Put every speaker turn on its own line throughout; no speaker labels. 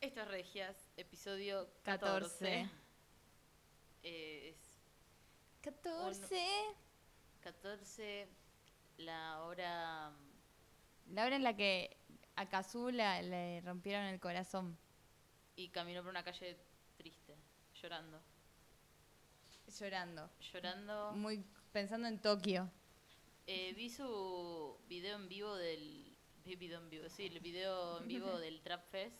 Estas Regias, episodio 14.
14.
Eh, es
14.
14, la hora. mm,
La hora en la que a Kazu la- le rompieron el corazón.
Y caminó por una calle triste, llorando.
Llorando.
Llorando.
Muy pensando en Tokio.
Eh, vi su video en vivo del. vi video en vivo, sí, el video en vivo del Trap Fest.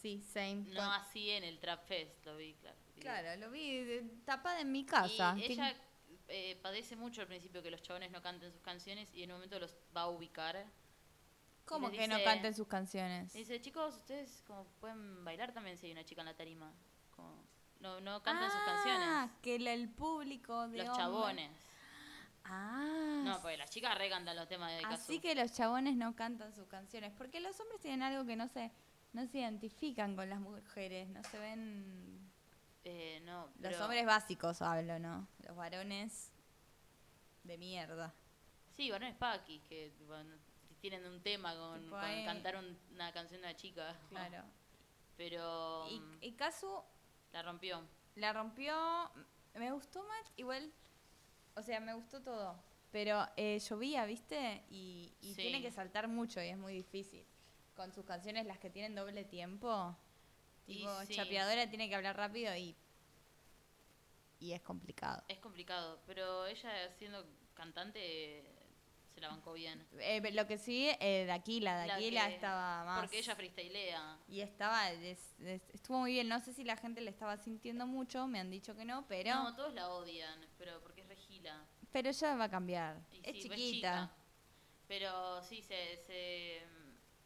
Sí, same.
No así en el Trap Fest, lo vi, claro. Y-
claro, lo vi de- tapada en mi
Y
casa.
ella eh, padece mucho al principio que los chabones no canten sus canciones y en un momento los va a ubicar.
Como
le
que no
dice-
canten sus canciones.
Y dice, chicos, ustedes como pueden bailar también si hay una chica en la tarima. Como, no, no cantan
Ah,
sus canciones.
que la- el público de
Los
hombres-
chabones.
Ah.
No, porque las chicas recantan los temas de Kazu.
Así que los chabones no cantan sus canciones, porque los hombres tienen algo que no se no se identifican con las mujeres, no se ven
Eh, no,
los
pero-
hombres básicos hablo, ¿no? Los varones de mierda.
Sí, varones paquis, que bueno, tienen un tema con,
Tipo,
con
ahí-
cantar un- una canción de una chica.
Claro.
Pero
Y,
mm,
y Kazu
la rompió.
la rompió, me gustó más, igual, o sea, me gustó todo, pero eh, llovía, ¿viste? Y, y
Sí.
tiene que saltar mucho y es muy difícil. Con sus canciones, las que tienen doble tiempo,
Y
tipo,
sí.
chapeadora tiene que hablar rápido y... Y es complicado.
Es complicado, pero ella siendo cantante se la bancó bien.
Eh, lo que sí, eh, Daquila,
La
Daquila
que-
estaba más...
Porque ella freestylea.
Y estaba, es- es- estuvo muy bien, no sé si la gente le estaba sintiendo mucho, me han dicho que no, pero...
No, todos la odian, pero porque es regila.
Pero ella va a cambiar.
Y
es
sí, pues,
chiquita.
Pero sí, se, se,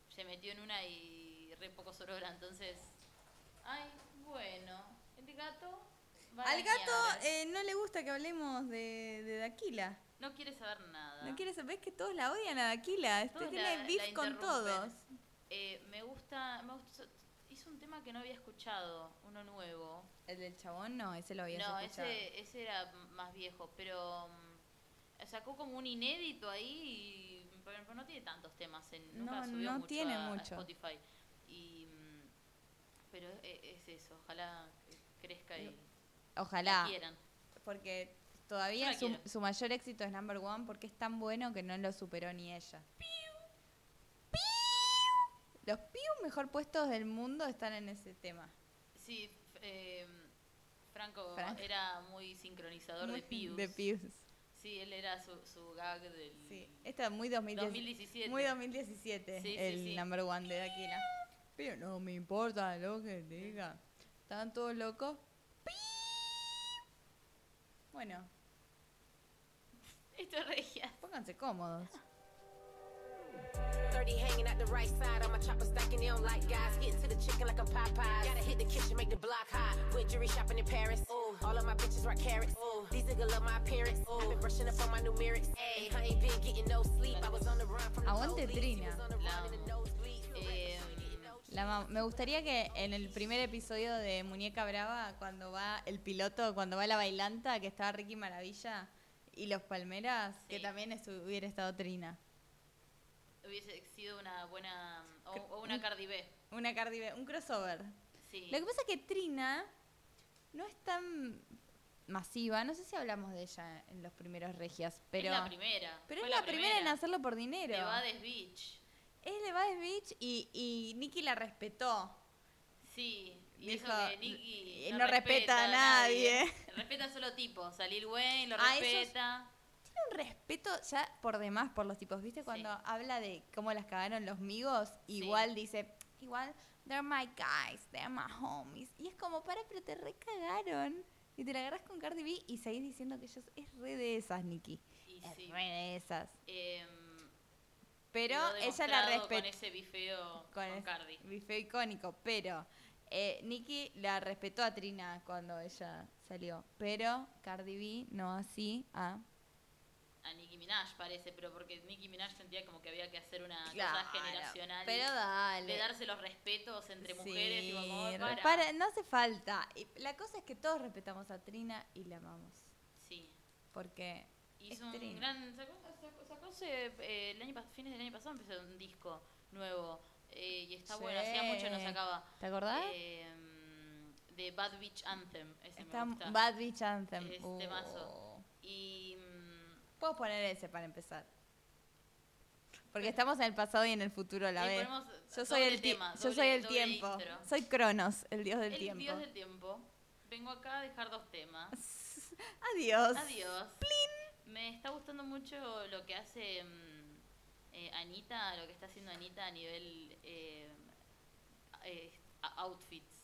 se metió en una y re poco sorora, entonces... Ay, bueno, el gato... va a
Al gato
arañar.
eh, no le gusta que hablemos de, de Daquila.
No quiere saber nada.
No quiere saber que todos la odian a Daquila. Este
Ah. Todos
tiene
la-
beef
la
con todos.
interrumpen. Eh, me gusta... Me gusta hizo un tema que no había escuchado, uno nuevo.
El del chabón no, ese lo había
No,
escuchado.
ese, ese era más viejo, pero mm, sacó como un inédito ahí, y- pero, pero no tiene tantos temas, en, nunca
No,
subió
no
mucho
tiene
a, a
mucho.
Spotify. Y, mm, pero e- es, eso, ojalá que crezca y la
Ojalá.
quieran.
Porque
Yo
todavía
la
su,
quiero.
su mayor éxito es number one porque es tan bueno que no lo superó ni ella. Piu. Los piu mejor puestos del mundo están en ese tema.
Sí, f- eh, Franco
Franco.
era muy sincronizador de Pius.
De pius.
Sí, él era su, su gag del...
Sí, esta es muy 2017.
2017.
Muy 2017,
Sí, sí,
el
sí.
number one de Daquila. Pero no me importa lo que diga. Están todos locos. Piu. Bueno,
Esto es regia.
pónganse cómodos.
30 hanging out the right side. on my chopper stacking. They don't like guys. Getting to the chicken like a Popeye. Gotta hit the kitchen, make the block hot. Went jewelry shopping in Paris. Ooh, all of my bitches rock carrots. Ooh, these niggas love my appearance. Ooh, I've been brushing up on my numerics. Ayy, I ain't been getting no sleep. I was on the run from the
Aguante
police. She
Trina.
was on the run in the
La amo.
nosebleed.
Eh,
La mam- me gustaría que en el primer episodio de Muñeca Brava, cuando va el piloto, cuando va la bailanta, que estaba Ricky Maravilla y los Palmeras, que
Sí.
también estu- hubiera estado Trina.
Hubiese sido una buena... mm, o- o una Cardi B.
Una Cardi B, un crossover.
Sí.
Lo que pasa es que Trina no es tan masiva. No sé si hablamos de ella en los primeros regias, pero.
es la primera.
Pero
Fue
es la, primera. en hacerlo por dinero.
De Bades Beach.
Es Levades Beach y, y Nicky la respetó.
Sí. Y
Dijo,
eso que Nicki
eh, no respeta a nadie.
Respeta solo tipos. A Lil Wayne lo
Ah, eso es-
respeta.
Tiene un respeto ya por demás por los tipos. ¿Viste? Cuando
Sí.
habla de cómo las cagaron los migos, igual dice. Igual, they're my guys, they're my homies. Y es como, para, pero te recagaron. Y te la agarras con Cardi B y seguís diciendo que ellos es re de esas, Nicky.
Y
es
sí.
Eh, re de esas.
Em,
Pero
quedó
ella la
demostrado Con
respetó.
ese bifeo con,
el
Cardi.
Bifeo icónico, pero eh, Nicki la respetó a Trina cuando ella salió. Pero Cardi B no así
Ah,
a.
A Nicki Minaj parece, pero porque Nicki Minaj sentía como que había que hacer una
Claro,
cosa generacional.
pero dale.
De darse los respetos entre
Sí,
mujeres. y como, para.
para, no hace falta. Y la cosa es que todos respetamos a Trina y la amamos.
Sí.
Porque. es
Hizo un
Trina.
gran. Sacó, sacó- sacó ese, eh, el año, pas- fines del año pasado empezó un disco nuevo. eh, y está
Sí.
bueno, hacía mucho no sacaba.
¿Te acordás?
Eh, de Bad Beach Anthem, ese
Está
me gusta.
Bad Beach Anthem.
Es
Uh.
temazo. Y mm,
Puedo poner ese para empezar. Porque estamos en el pasado y en el futuro a la
Sí,
vez.
eh, ponemos
Yo
doble
soy el, ti-
tema,
yo
doble-
soy el
doble
tiempo.
intro.
Soy Cronos, el dios del
el
tiempo.
dios del tiempo. Vengo acá a dejar dos temas.
Adiós.
Adiós. Me está gustando mucho lo que hace mm, eh, Anita, lo que está haciendo Anita a nivel eh, eh, a- outfits.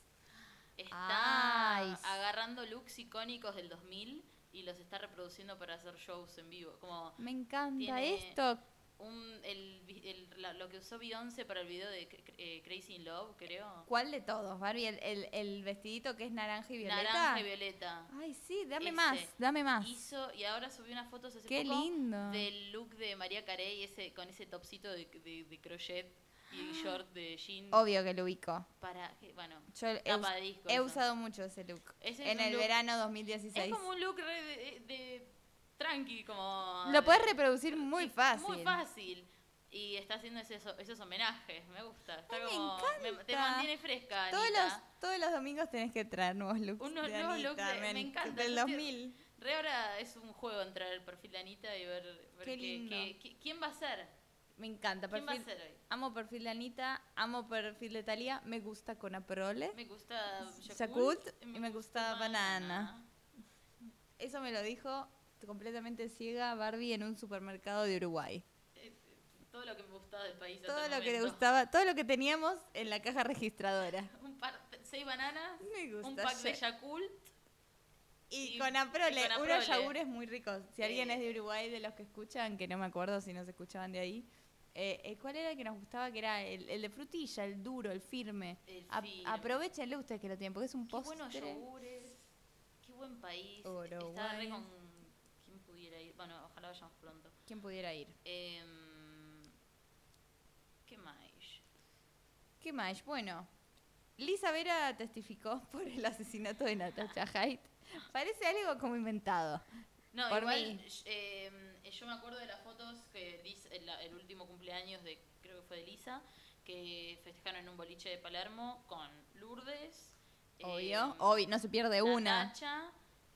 Está
Ay, sí.
agarrando looks icónicos del 2000 y los está reproduciendo para hacer shows en vivo. Como
Me encanta
Tiene-
esto.
un, el, vi- el- la- lo que usó Beyoncé para el video de Cr- eh, Crazy in Love, creo.
¿Cuál de todos, Barbie? ¿El, el, el vestidito que es naranja y violeta?
Naranja y Violeta.
Ay, sí, dame
Ese.
más, dame más.
Hizo, y ahora subió unas fotos hace
Qué
poco
lindo.
del look de María Carey ese, con ese topsito de, de- de crochet y short de jean.
Ah. Obvio que lo ubico.
Para, que- bueno,
Yo he,
Tapa
us-
de disco
he
eso.
usado mucho ese look.
Ese es
en
un
el
look-
verano 2016.
es como un look re de, de tranqui, como...
Lo puedes
de-
reproducir muy
sí,
fácil.
Muy fácil. Y está haciendo ese- esos, homenajes, me gusta. Está
Ay, me
como, te
encanta.
mantiene fresca.
Todos
Anita.
los, todos los domingos tenés que traer nuevos looks.
Unos
de
nuevos
Anita,
looks de- me encanta,
Del
yo estoy-
2000.
Re ahora es un juego entrar al perfil de Anita y ver, ver
Qué
qué-
lindo.
qué- qué- quién va a ser.
Me encanta.
¿Quién va a
Perfil,
ser hoy?
amo perfil de Anita, amo perfil de Talía. Me gusta con Aprole.
Me gusta
Yakult
Yakult
y me gusta banana. Eso me lo dijo completamente ciega Barbie en un supermercado de Uruguay.
Eh, Todo lo que me gustaba del país. hasta
Todo
el
lo que le
momento.
gustaba, todo lo que teníamos en la caja registradora.
Un par, seis bananas,
Me gusta.
un pack de
ya-
Yakult.
Y
y-
con Aprole,
y con
unos
Aprole.
yogures muy ricos. Si alguien
Eh.
es de Uruguay, de los que escuchan, que no me acuerdo si nos escuchaban de ahí, eh, eh, ¿cuál era el que nos gustaba? Que era el, el de frutilla, el duro, el firme.
El
A-
firme.
aprovechenlo ustedes que lo tienen, porque es un
eh, Qué
postre.
buenos yogures. Qué buen país.
Uruguay.
Estaba re con quien pudiera ir. Bueno, ojalá vayamos pronto.
¿Quién pudiera ir?
Em, ¿Qué más?
¿Qué más? Bueno, Lisa Vera testificó por el asesinato de Natasha Haidt. Parece algo como inventado.
No,
Por
igual,
mí.
sh- em, yo me acuerdo de las fotos que Liz- el, la- el último cumpleaños de, creo que fue de Lisa, que festejaron en un boliche de Palermo con Lourdes.
Obvio,
em,
obvio, no se pierde una.
Natacha,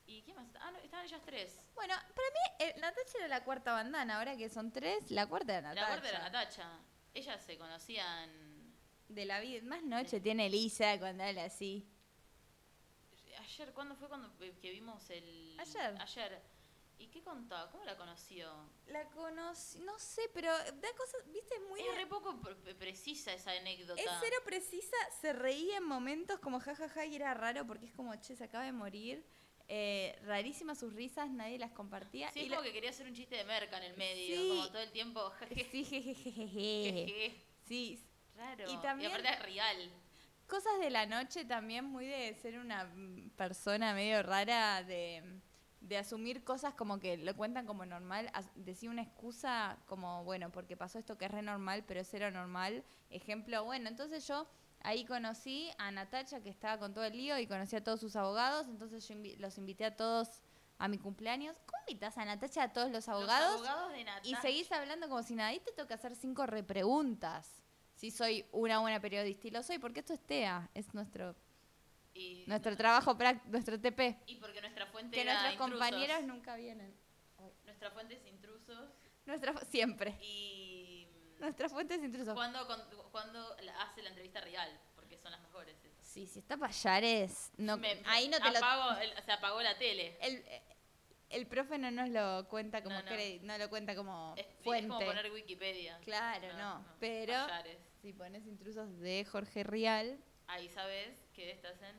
¿Y quién más? Ah, no, estaban ellas tres.
Bueno, para mí eh, Natasha era la cuarta bandana, ahora que son tres, la cuarta era
La
Natasha.
parte era Natacha. Ellas se conocían
De la vida, más noche tiene Lisa cuando habla así.
eh, ayer. ¿Cuándo fue cuando eh, que que vimos el...?
Ayer.
Ayer. ¿Y qué contaba? ¿Cómo la conoció?
La conocí, no sé, pero da cosas, viste, muy...
es re poco pre- precisa esa anécdota.
Es cero precisa, se reía en momentos como jajaja y era raro porque es como, che, se acaba de morir. Eh, rarísimas sus risas, nadie las compartía.
Sí, es
y la-
como que quería hacer un chiste de merca en el medio,
Sí.
como todo el tiempo. jeje,
Sí, jejejeje.
jeje.
Sí,
Raro.
Y
Y,
también-
aparte es real.
cosas de la noche también, muy de ser una mm, persona medio rara, de, de asumir cosas como que lo cuentan como normal, as- decir una excusa como, bueno, porque pasó esto que es re normal, pero es cero normal. Ejemplo, bueno, entonces yo ahí conocí a Natacha que estaba con todo el lío y conocí a todos sus abogados, entonces yo invi- los invité a todos a mi cumpleaños. ¿Cómo invitas a Natacha a todos los abogados?
Los abogados de Natacha.
Y seguís hablando como si nada. Y te toca hacer cinco repreguntas. Si soy una buena periodista. Y lo soy, porque esto es TEA. Es nuestro,
Y,
nuestro trabajo, prac- nuestro TP.
y porque nuestra fuente
Que
era
nuestros
intrusos.
compañeros nunca vienen.
Nuestra fuente es intrusos.
Nuestra, siempre.
Y.
Nuestra fuente es intruso.
Cuando, con- cuando la- hace la entrevista real, porque son las mejores. esas.
Sí, si está Payares. No,
Me-
ahí no te lo...
apago el- se apagó la tele.
El, el profe no nos lo cuenta como
No, no.
crédito, no lo cuenta como
Es,
fuente.
es como poner Wikipedia.
Claro, no, pero-
Payares.
Si pones intrusos de Jorge Rial
Ahí sabes que estás en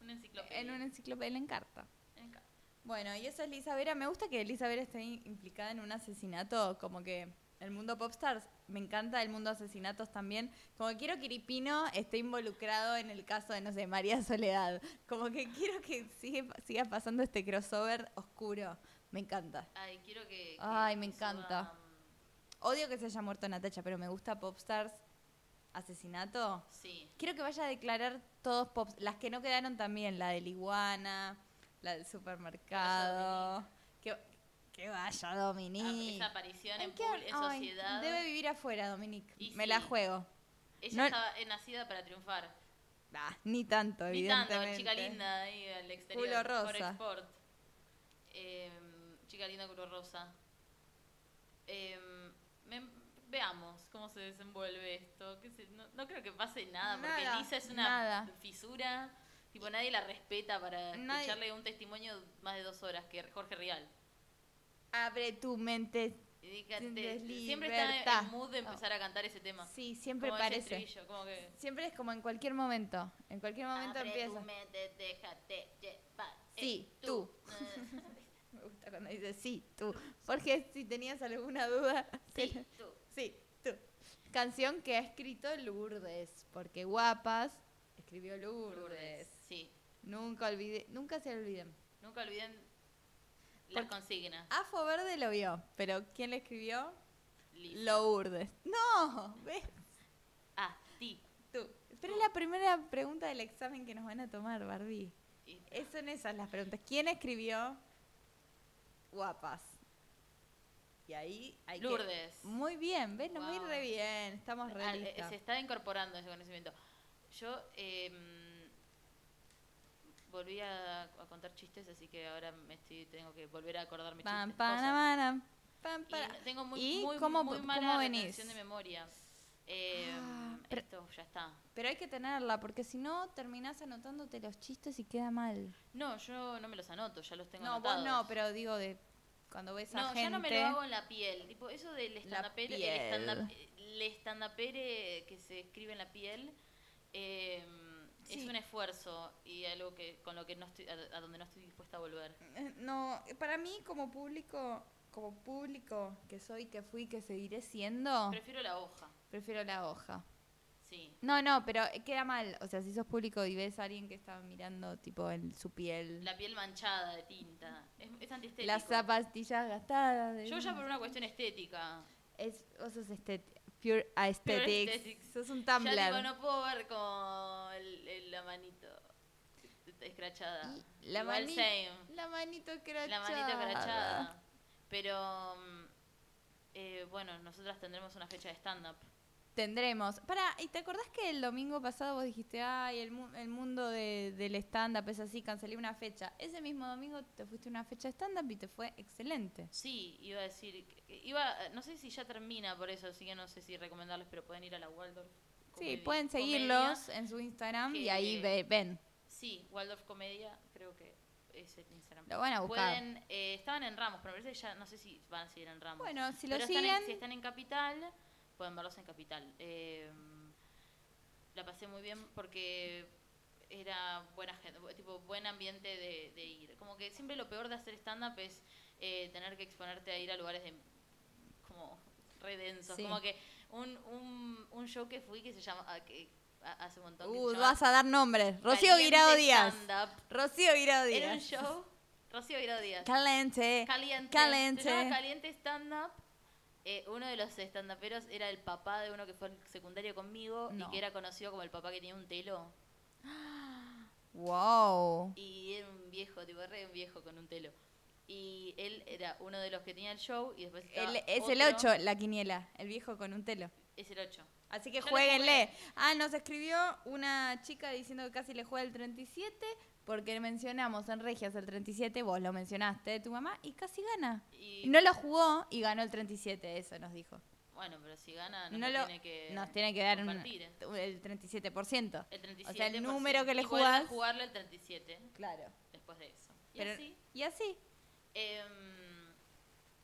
una enciclopedia.
en una enciclopedia en carta.
En ca-
Bueno, y eso es Lisa Vera. Me gusta que Lisa Vera esté in- implicada en un asesinato, como que el mundo popstars. Me encanta el mundo asesinatos también. Como que quiero que Iripino esté involucrado en el caso de, no sé, María Soledad. Como que quiero que sigue- siga pasando este crossover oscuro. Me encanta.
Ay, quiero que. que-
Ay, me
que
encanta.
suba, mm,
Odio que se haya muerto Natacha, pero me gusta popstars. Asesinato.
sí.
Quiero que vaya a declarar todos pops. Las que no quedaron también, la del iguana, la del supermercado. Que, que vaya
Ah, Esa
Dominique.
aparición
¿En
en,
qué
pub-
hor-
en
ay,
sociedad.
debe vivir afuera, Dominique.
Y
Me la
sí.
juego.
Ella
No-
estaba eh, nacida para triunfar.
Ah, ni tanto,
Ni tanto,
evidentemente.
chica linda ahí al exterior.
Culo
Por
rosa.
export. Em, chica linda, culo rosa. Em, me- veamos cómo se desenvuelve esto. qué sé, no, no creo que pase nada, porque
Nada,
Lisa es una
nada.
fisura. Tipo, nadie la respeta para
Nadie-
escucharle un testimonio más de dos horas que Jorge Rial.
Abre tu mente.
Y dígate,
Sientes
siempre está
libertad.
en mood de empezar a cantar ese tema.
Sí, siempre
como ese
parece.
estribillo, como que...
Siempre es como en cualquier momento. En cualquier momento
Abre
empieza.
tu mente, déjate llevar.
Sí,
Eh,
Me gusta cuando dice sí, tú. Jorge, si tenías alguna duda.
Sí, tú.
Sí, tú. Canción que ha escrito Lourdes, porque Guapas escribió Lourdes.
Lourdes. Sí.
Nunca olvide, nunca se olviden.
Nunca olviden las
Porque-
consignas.
Afo Verde lo vio, pero ¿quién le escribió?
Lisa.
Lourdes. No, ves
A ti.
tú. Pero es la primera pregunta del examen que nos van a tomar, Barbie.
Y-
Es- Son esas las preguntas. ¿Quién escribió Guapas? Y ahí hay que-
Lourdes.
Muy bien, ves, nos va a ir
Wow.
re bien. Estamos re
Al- eh,
listas.
se está incorporando ese conocimiento. Yo em, volví a, a contar chistes, así que ahora me estoy, tengo que volver a acordarme
Pam,
chistes.
pam,
cosas.
pam, pam,
Y
pam.
no- tengo muy,
¿Y
muy,
cómo-
muy
cómo
mala
venís?
retención de memoria. Em,
Ah, pero-
esto ya está.
Pero hay que tenerla, porque si no terminás anotándote los chistes y queda mal.
No, yo no me los anoto, ya los tengo
no,
anotados.
vos no, pero digo de cuando ves a
No,
gente.
ya no me lo hago en la piel. Tipo, eso del stand-upero, el
piel.
stand-up- el stand-upere que se escribe en la piel eh,
Sí.
es un esfuerzo y algo que con lo que no estoy, a, a donde no estoy dispuesta a volver.
Eh, No, para mí como público, como público que soy, que fui, que seguiré siendo,
Prefiero la hoja,
prefiero la hoja.
sí.
No, no, pero queda mal. O sea, si sos público y ves a alguien que está mirando tipo en su piel,
La piel manchada de tinta. Es, es antiestético.
las zapatillas gastadas. de-
Yo ya por una cuestión estética.
Es, vos sos estet- pure aesthetics.
aesthetics.
Sos un Tumblr.
Ya digo, no puedo ver como el- el- la manito escrachada.
Y la
Igual
mani-
same.
La manito crachada.
La manito crachada. Pero mm, eh, bueno, nosotras tendremos una fecha de stand-up.
Tendremos. Para, ¿y te acordás que el domingo pasado vos dijiste, ay, el, mu- el mundo de- del stand-up es así, cancelé una fecha? Ese mismo domingo te fuiste a una fecha de stand-up y te fue excelente.
Sí, iba a decir, que- iba, no sé si ya termina por eso, así que no sé si recomendarles, pero pueden ir a la Waldorf.
Sí,
Comedia-
pueden
Comedia.
seguirlos en su Instagram y
que-
ahí ve- ven.
Sí, Waldorf Comedia, creo que es el Instagram.
Lo van a buscar.
Pueden, eh, estaban en Ramos, pero me parece que ya no sé si van a seguir en Ramos.
Bueno, si lo
Pero
siguen,
Están en, si están en Capital, pueden verlos en Capital. Eh, la pasé muy bien porque era buena gente, bu- tipo buen ambiente de, de ir. Como que siempre lo peor de hacer stand-up es eh, tener que exponerte a ir a lugares de, como re densos.
Sí.
Como que un, un, un show que fui que se llama, ah, que a- hace un montón que se
uh,
llama
vas a dar nombres. Rocío
Caliente
Guirao Díaz.
Stand Up.
Rocío Guirao
Era un
Díaz.
show, Rocío Guirao Díaz.
Caliente.
Caliente.
Caliente.
Se llama Caliente Stand Up. Eh, uno de los estandaperos era el papá de uno que fue al secundario conmigo
No.
y que era conocido como el papá que tenía un telo.
Wow.
Y era un viejo, tipo re un viejo con un telo. Y él era uno de los que tenía el show y después estaba
El- es el
otro.
8, la quiniela, el viejo con un telo.
Es el 8.
Así que
Ya lo
jueguenle.
jugué.
Ah, nos escribió una chica diciendo que casi le juega el 37 porque mencionamos en Regias el 37, vos lo mencionaste de tu mamá y casi gana.
Y
Y no lo jugó y ganó el 37, eso nos dijo.
bueno, pero si gana Ah, nos
No
lo
lo,
tiene que
nos tiene que dar un-
compartir.
el 37%.
el 37.
o sea, el número que le
y vuelve a
jugás.
jugarlo el 37
Claro.
después de eso. Y
Pero-
así
y así.
Em,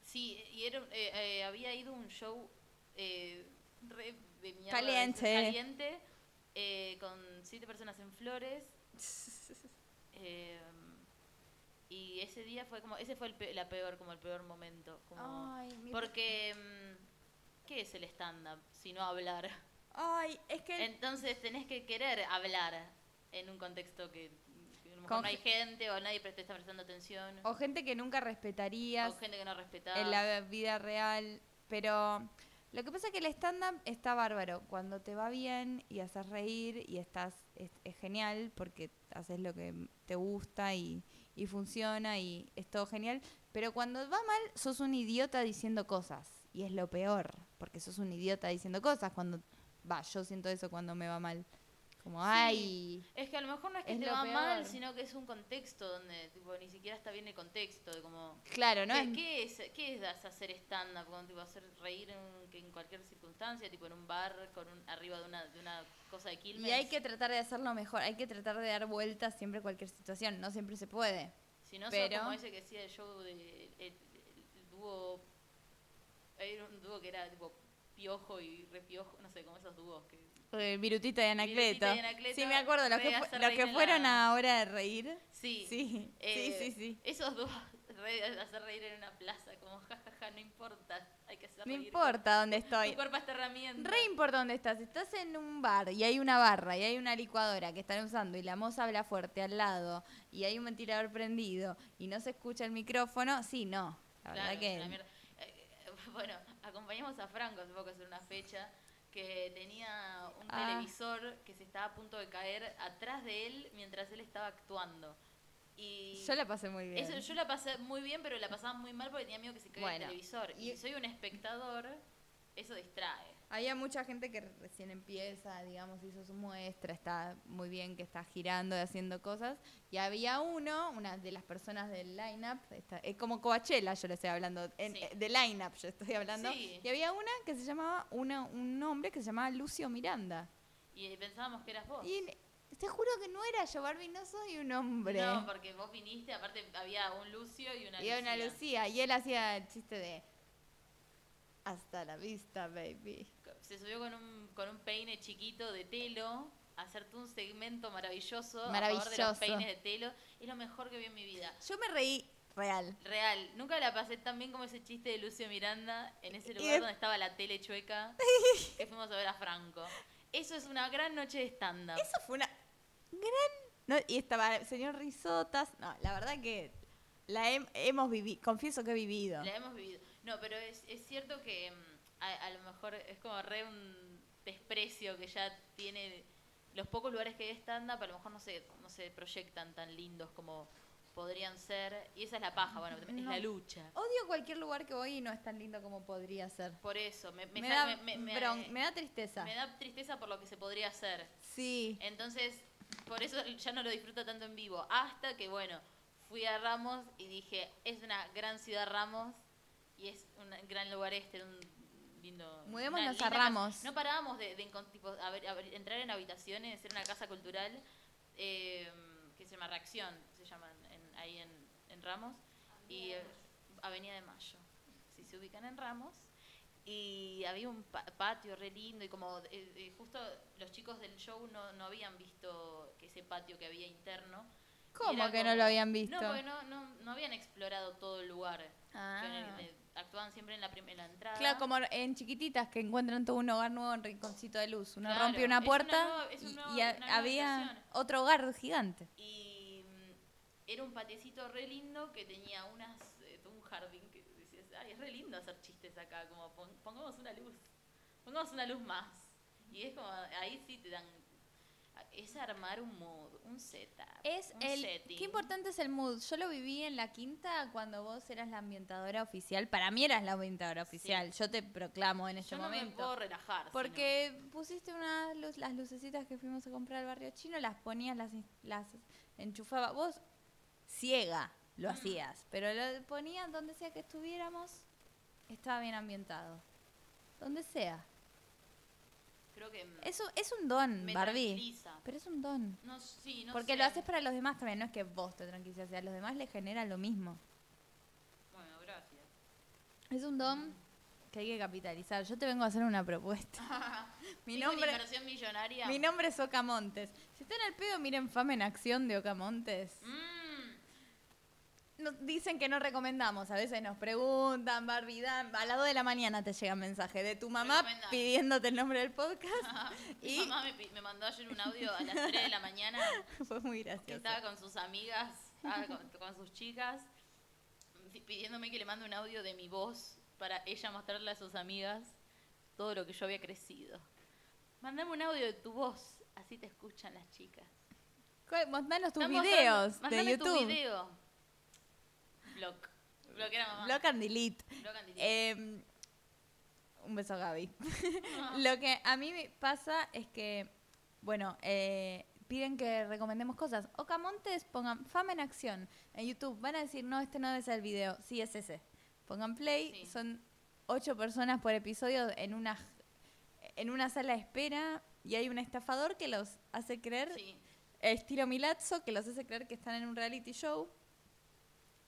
sí, y era, eh, eh, había ido un show eh, re de mierda,
Caliente.
caliente, eh, con siete personas en flores. Em, y ese día fue como, ese fue el pe- la peor, como el peor momento. como-
Ay, mi-
porque, em, ¿qué es el stand-up? Si no hablar.
Ay, es que
Entonces tenés que querer hablar en un contexto que, que a lo mejor
Con
no hay
ge-
gente o nadie pre- te está prestando atención.
o gente que nunca respetarías.
O gente que no respetaba.
en la vida real. Pero lo que pasa es que el stand-up está bárbaro. Cuando te va bien y haces reír y estás, es, es genial porque haces lo que te gusta y, y funciona y es todo genial. Pero cuando va mal, sos un idiota diciendo cosas. Y es lo peor, porque sos un idiota diciendo cosas. Cuando Va, yo siento eso cuando me va mal. Como,
Sí.
ay.
Es que a lo mejor no es que
Es
te
lo
va mal,
peor.
sino que es un contexto donde tipo, ni siquiera está bien el contexto. De como,
Claro, ¿no?
¿qué,
es,
qué es, ¿Qué es das- hacer stand-up? Como, tipo, hacer reír en, que en cualquier circunstancia, tipo en un bar, con un, arriba de una, de una cosa de Quilmes.
y hay que tratar de hacerlo mejor. Hay que tratar de dar vueltas siempre a cualquier situación. No siempre se puede.
Si no,
pero-
sos como ese que hacía el show de. El, el- el dúo. Era un dúo que era tipo piojo y repiojo, no sé, como esos dúos que.
Eh, Virutita y Anacleto.
Virutita y Anacleto,
Sí, me acuerdo. Los
re
que, fu-
hace
los
reír
que
en
fueron
la-
ahora a reír.
Sí.
Sí,
Eh,
sí, sí, sí.
Esos dos, re- hacer reír en una plaza, como jajaja, no importa, hay que hacer
No
reír.
importa dónde
Tu
estoy.
cuerpo es tu herramienta.
Re importa dónde estás. Estás en un bar y hay una barra y hay una licuadora que están usando y la moza habla fuerte al lado y hay un ventilador prendido y no se escucha el micrófono. Sí, no. La
Claro,
verdad
es una
que.
mierda. Eh, eh, bueno, acompañamos a Franco hace poco hacer una fecha que tenía un
Ah.
televisor que se estaba a punto de caer atrás de él mientras él estaba actuando. Y
Yo la pasé muy bien.
eso, yo la pasé muy bien, pero la pasaba muy mal porque tenía miedo que se caiga
Bueno,
el televisor. Y,
y-
si soy un espectador, eso distrae.
Había mucha gente que recién empieza, digamos, hizo su muestra, está muy bien que está girando y haciendo cosas. Y había uno, una de las personas del line-up, esta- es como Coachella, yo le estoy hablando, en-
Sí.
eh, de line-up yo estoy hablando.
Sí.
Y había una que se llamaba, una, un hombre que se llamaba Lucio Miranda.
Y pensábamos que eras vos.
Y le- te juro que no era yo, Barbie, no soy un hombre.
No, porque vos viniste, aparte había un Lucio y una
y era una
Lucía.
Lucía, y él hacía el chiste de... Hasta la vista, baby.
Se subió con un, con un peine chiquito de telo a hacerte un segmento maravilloso, a favor de los
Maravilloso.
peines de telo. Es lo mejor que vi en mi vida.
Yo me reí real.
Real, nunca la pasé tan bien como ese chiste de Lucio Miranda en ese lugar
des-
donde estaba la tele chueca que fuimos a ver a Franco. Eso es una gran noche de stand-up.
Eso fue una gran. no, y estaba el señor Risotas. No, la verdad que la hem- hemos vivido. Confieso que he vivido.
La hemos vivido. No, pero es, es cierto que mm, a, a lo mejor es como re un desprecio que ya tiene los pocos lugares que hay stand-up, a lo mejor no se, no se proyectan tan lindos como podrían ser. Y esa es la paja, bueno, es
No.
la lucha.
Odio cualquier lugar que voy y no es tan lindo como podría ser.
Por eso, me, me
Me,
sa-
da,
me- me- me-
bron- me da tristeza.
me da eh, tristeza por lo que se podría hacer.
Sí.
Entonces, por eso ya no lo disfruto tanto en vivo. Hasta que, bueno, fui a Ramos y dije, es una gran ciudad Ramos y es un gran lugar este, un lindo...
Mudémonos
una linda
a Ramos.
casa. No parábamos de, de encon- tipo, a ver- a ver- entrar en habitaciones, era una casa cultural eh, que se llama Reacción, se llama en- ahí en, en Ramos, y eh, Avenida de Mayo, si se ubican en Ramos y había un pa- patio re lindo y como eh, eh, justo los chicos del show no, no habían visto que ese patio que había interno. Y
¿Cómo
era
que no
como-
lo habían visto?
No, porque no, no, no habían explorado todo el lugar.
Ah.
Que en el- eh, actuaban siempre en la, prim- en la entrada.
Claro, como en chiquititas que encuentran todo un hogar nuevo en Rinconcito de Luz. Uno
Claro,
rompe
es
una
una
puerta
nueva- es un
y-
nuevo-
y, a-
una nueva
había
habitación.
otro hogar gigante.
Y mm, era un patiecito re lindo que tenía unas eh, un jardín que decías, ay, es re lindo hacer chistes acá, como pon- pongamos una luz, pongamos una luz más. Y es como, ahí sí te dan, es armar un mood, un setup,
Es
un
el.
setting.
Qué importante es el mood. Yo lo viví en la quinta cuando vos eras la ambientadora oficial. Para mí eras la ambientadora oficial. Yo te proclamo en este
Yo no me
momento.
puedo relajar. si
porque pusiste unas luz, las lucecitas que fuimos a comprar al barrio chino, las ponías, las, in- las enchufabas. Vos, ciega,
Mm.
lo hacías. Pero lo ponías donde sea que estuviéramos, estaba bien ambientado. Donde sea.
no. creo que mm,
Eso es un don,
me
Barbie.
tranquiliza.
Pero es un don.
No, sí, no
Porque
sé.
lo haces para los demás también, no es que vos te tranquilizas, a los demás les genera lo mismo.
Bueno, gracias.
Es un don que hay que capitalizar. Yo te vengo a hacer una propuesta. mi,
Hice una
nombre,
inversión millonaria.
mi nombre es Ocamontes. Si están al pedo, miren Fama en Acción de Ocamontes.
Mm,
No- dicen que no recomendamos, a veces nos preguntan, Barbie, dan- a las 2 de la mañana te llega un mensaje de tu mamá
Recomendá.
pidiéndote el nombre del podcast.
Mi
y
mamá me, pi- me mandó ayer un audio a las 3 de la mañana
fue muy
que
gracioso.
estaba con sus amigas, ah, con, con sus chicas, di- pidiéndome que le mande un audio de mi voz para ella mostrarle a sus amigas todo lo que yo había crecido. Mandame un audio de tu voz, así te escuchan las chicas.
¿Cuál- Mandanos tus
Están
videos
mostrando-
de
mandame tu
YouTube.
video. Block. Block era mamá.
Block Eh, and delete.
Block and delete.
Eh, Em, un beso a Gaby. Lo que a mí me pasa es que, bueno, eh, piden que recomendemos cosas. Ocamontes, pongan fama en acción en YouTube. Van a decir, no, este no es el video. Sí, es ese. Pongan play.
Sí.
Son ocho personas por episodio en una, en una sala de espera y hay un estafador que los hace creer
Sí.
estilo Milazzo, que los hace creer que están en un reality show.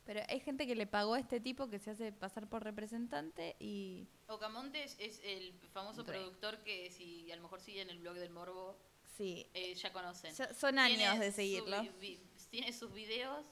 Pero hay gente que le pagó a este tipo que se hace pasar por representante y...
Ocamontes es el famoso
Un rey.
productor que si a lo mejor siguen el blog del Morbo,
Sí.
eh, ya conocen.
So- son años de
su
seguirlo.
vi- tiene sus videos.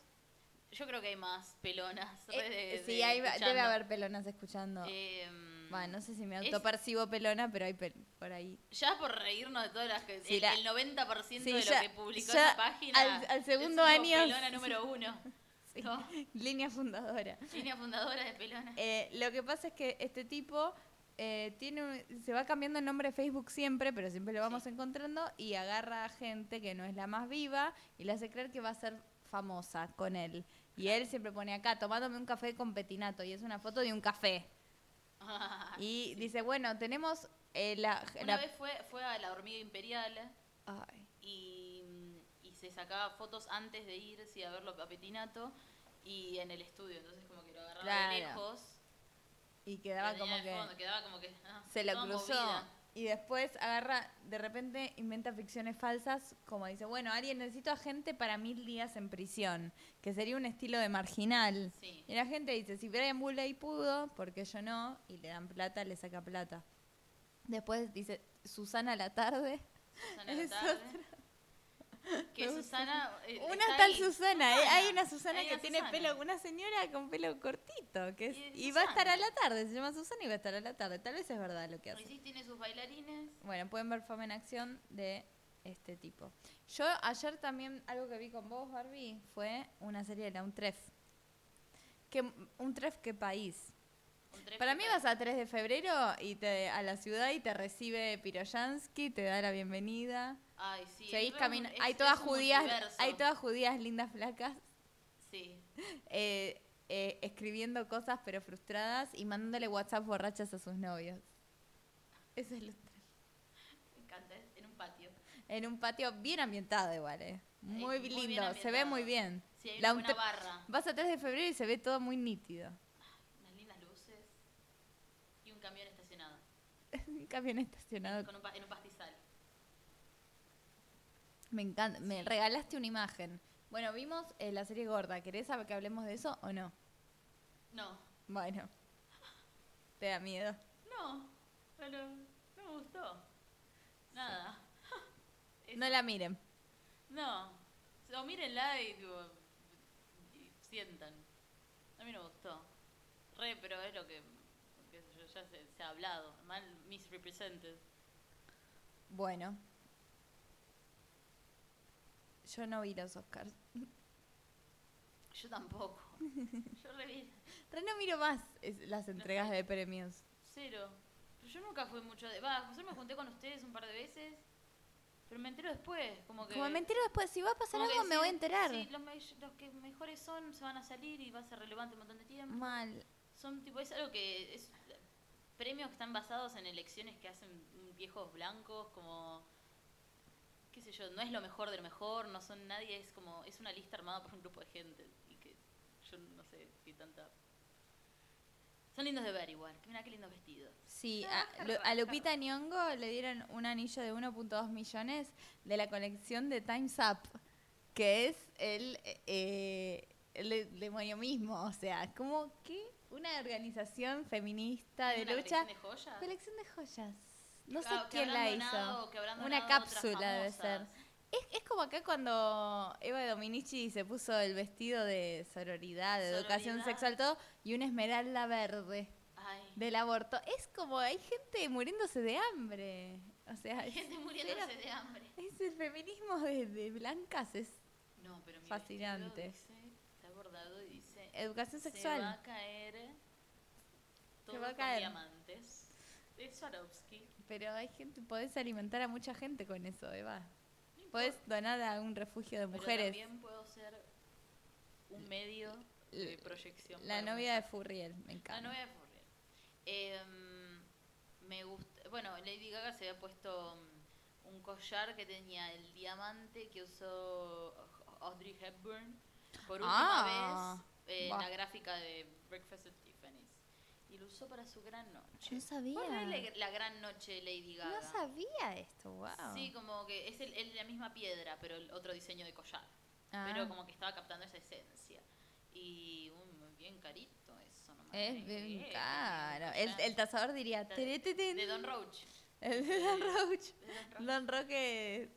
Yo creo que hay más pelonas. re
Eh,
de-
sí,
de
hay- debe
escuchando.
haber pelonas escuchando.
Em,
Va, no sé si me
es-
autopercibo pelona, pero hay pel- por ahí.
Ya por reírnos de todas las que.
Sí,
el,
la-
el 90%
Sí,
de
ya-
lo que publicó
ya
esa página.
al- al
es
segundo
una
año-
Pelona número uno.
Sí.
No.
Línea fundadora.
Línea fundadora de pelona.
Eh, lo que pasa es que este tipo eh, tiene un- se va cambiando el nombre de Facebook siempre, pero siempre lo vamos
Sí.
encontrando y agarra a gente que no es la más viva y le hace creer que va a ser famosa con él. Y él siempre pone acá, tomándome un café con petinato, y es una foto de un café. y dice, bueno, tenemos eh, la...
Ah, Una
la-
vez fue, fue a la hormiga imperial
Ay.
y, y se sacaba fotos antes de irse a verlo a Petinato y en el estudio. Entonces, como que lo agarraba de
Claro.
lejos.
Y
lo
quedaba
tenía
como
de
que...
fondo, quedaba como que. ah,
Se lo
toda
cruzó.
movida.
Y después agarra, de repente inventa ficciones falsas, como dice, bueno, alguien necesito a gente para mil días en prisión, que sería un estilo de marginal.
Sí.
Y la gente dice, si Brian Bulley pudo, ¿por qué yo no? Y le dan plata, le saca plata. Después dice, Susana a la tarde.
Susana de
Es
tarde.
Me
Que
gusta.
Susana. eh,
Una
está
tal
ahí.
Susana, eh, hay una Susana
Hay
que
una
tiene
Susana.
pelo, una señora con pelo cortito, que es-
Y es
y, va a estar
Susana.
a la tarde, se llama Susana y va a estar a la tarde. Tal vez es verdad lo que hace.
Y sí, tiene sus bailarines.
Bueno, pueden ver fama en acción de este tipo. Yo ayer también algo que vi con vos, Barbie, fue una serie de la Untref. Que, ¿Untref qué país?
un tres
Para
que
mí
está-
vas a 3 de febrero y te, a la ciudad y te recibe Piroyansky, te da la bienvenida.
Ay, sí.
Seguís
es re
caminando.
un-
Hay
es-
todas
es un
judías,
multiverso.
hay todas judías lindas, flacas,
Sí.
eh, eh, escribiendo cosas pero frustradas y mandándole WhatsApp borrachas a sus novios. Eso es lo
Me encanta. es En un patio.
En un patio bien ambientado igual, eh. Muy
muy bien
lindo, se ve
ambientado.
muy bien.
Sí, hay
La
una buena
untre-
barra.
Vas a 3 de febrero y se ve todo muy nítido.
Unas lindas luces. Y un camión estacionado.
un camión estacionado.
Con un pa- en un pastizal.
Me encanta, me regalaste una imagen. Bueno, vimos eh, la serie gorda. ¿Querés saber que hablemos de eso o no?
No.
Bueno. Te da miedo.
No. Pero no me gustó. Nada. Eso.
No la miren.
No. O mírenla y, tipo, y sientan. A mí no me gustó. Re, pero es lo que, qué sé yo, ya se, se ha hablado. Mal misrepresented.
Bueno. Yo no vi los Oscars.
Yo tampoco. Yo re vi
Re no miro más es- las entregas de premios.
cero. Pero yo nunca fui mucho de... Va, yo me junté con ustedes un par de veces. Pero me entero después. Como que...
Como me entero después, si va a pasar
como que
algo me
decís,
voy a enterar.
Sí, los, me- los que mejores son se van a salir y va a ser relevante un montón de tiempo.
Mal.
Son tipo, es algo que es premios que están basados en elecciones que hacen viejos blancos, como qué sé yo, no es lo mejor de lo mejor, no son nadie, es como, es una lista armada por un grupo de gente y que yo no sé qué tanta son lindos de ver igual, que mira qué lindos vestidos.
Sí,
Ah,
a, Lu- a Lupita Nyong'o le dieron un anillo de 1.2 millones de la colección de Times Up, que es el, eh, el de- demoniomismo, o sea, como que una organización feminista Ah, de
¿Tienen una
lucha,
colección de joyas?
colección de joyas. No sé
Ah, que
quién
habrán
la
donado-
hizo.
que habrán
Una
donado otras
cápsula debe ser.
famosas.
Es, es como acá cuando Eva Dominici se puso el vestido de sororidad, de educación
Sororidad.
sexual, todo, y una esmeralda verde
Ay.
del aborto. Es como hay gente muriéndose de hambre. O sea,
Hay
es,
gente muriéndose de hambre.
es el feminismo de, de blancas, es
No, pero mi vestido
Fascinante.
dice- está bordado y dice
educación
Se va
sexual.
a caer. Todo
va a
con
caer.
diamantes. De Swarovski.
Pero hay gente, podés alimentar a mucha gente con eso, Eva.
No importa,
Podés donar a un refugio de
pero
Pues, mujeres.
también puedo ser un medio
L-
de proyección.
La
para
novia de
mujeres.
Furriel, me
La
encanta.
novia de Furriel. Em, me gusta. Bueno, Lady Gaga se había puesto mm, un collar que tenía el diamante que usó Audrey Hepburn por última
Ah,
vez eh, en
buah.
la gráfica de Breakfast at Tiffany's. Y lo usó para su gran noche.
Yo no sabía.
Fue re la, la gran noche de Lady Gaga.
No sabía esto, wow.
Sí, como que es el- el- la misma piedra, pero el otro diseño de collar.
Ah.
Pero como que estaba captando esa esencia. Y um, bien carito eso, nomás.
Es bien
Eh,
caro.
o sea,
El, el tasador diría. "Teretetín".
de Don Roach.
El de Don Roach.
De Don Roach.
Don Roque.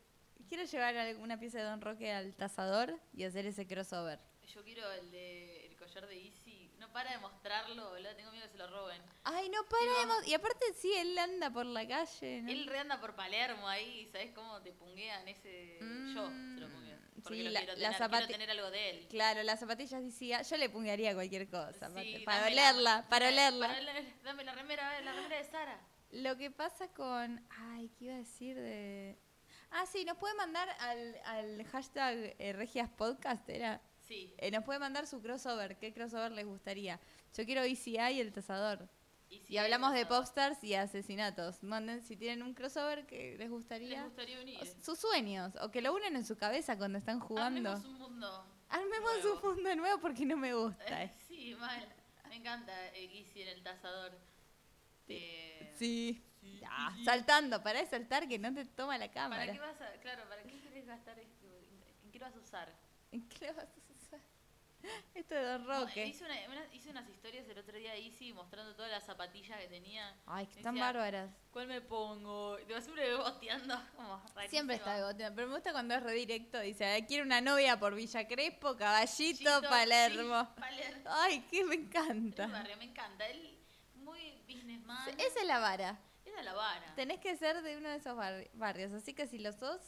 Quiero llevar alguna pieza de Don Roque al tasador y hacer ese crossover.
Yo quiero el de el collar de Easy. No para de mostrarlo, boludo. Tengo miedo que se lo roben.
Ay, no paremos. Y aparte, sí, él anda por la calle. ¿no?
Él re anda por Palermo ahí, ¿sabes cómo te punguean ese? Yo se lo pungueo. Porque
Mm, sí,
lo
la-
quiero,
la
tener,
zapati-
quiero tener algo de él.
Claro, las zapatillas decía. Yo le punguearía cualquier cosa. aparte,
Sí,
para
dame la-
olerla, para
dame-
olerla.
para oler- Dame la remera, la remera de Sara.
Lo que pasa con. Ay, ¿qué iba a decir de.? Ah, sí, nos puede mandar al, al hashtag eh, Regias Podcast, ¿era?
Sí,
Eh, nos puede mandar su crossover. ¿Qué crossover les gustaría? Yo quiero ECI y el tasador.
si
y
hay
hablamos de
otro,
popstars y asesinatos. Manden si tienen un crossover que les gustaría.
¿Les gustaría unir?
O sus sueños. O que lo unen en su cabeza cuando están jugando.
Armemos un mundo.
Armemos
nuevo.
un mundo nuevo porque no me gusta.
Eh, sí, mal. Me encanta eh, Gizzy en el tazador. Eh,
Sí. Ah, saltando, para de saltar que no te toma la cámara.
¿Para qué vas a, claro, ¿para qué quieres gastar esto? ¿En qué lo vas a usar?
¿En qué lo vas a usar? Esto de Don
No,
Roque.
eh, hice, una- una- hice unas historias el otro día de Izzy mostrando todas las zapatillas que tenía.
Ay, que tan
Decía,
bárbaras.
¿Cuál me pongo? Y te- Siempre boteando como rarísima.
Siempre está de botina, pero me gusta cuando es redirecto. Dice, "Ah, quiero una novia por Villa Crespo, Caballito,
Chito,
Palermo.
sí, Palermo.
Ay, que me
Es un
encanta.
barrio, me encanta. Él muy businessman.
Esa es la vara.
Es a la vara.
Tenés que ser de uno de esos barri- barrios. Así que si lo sos,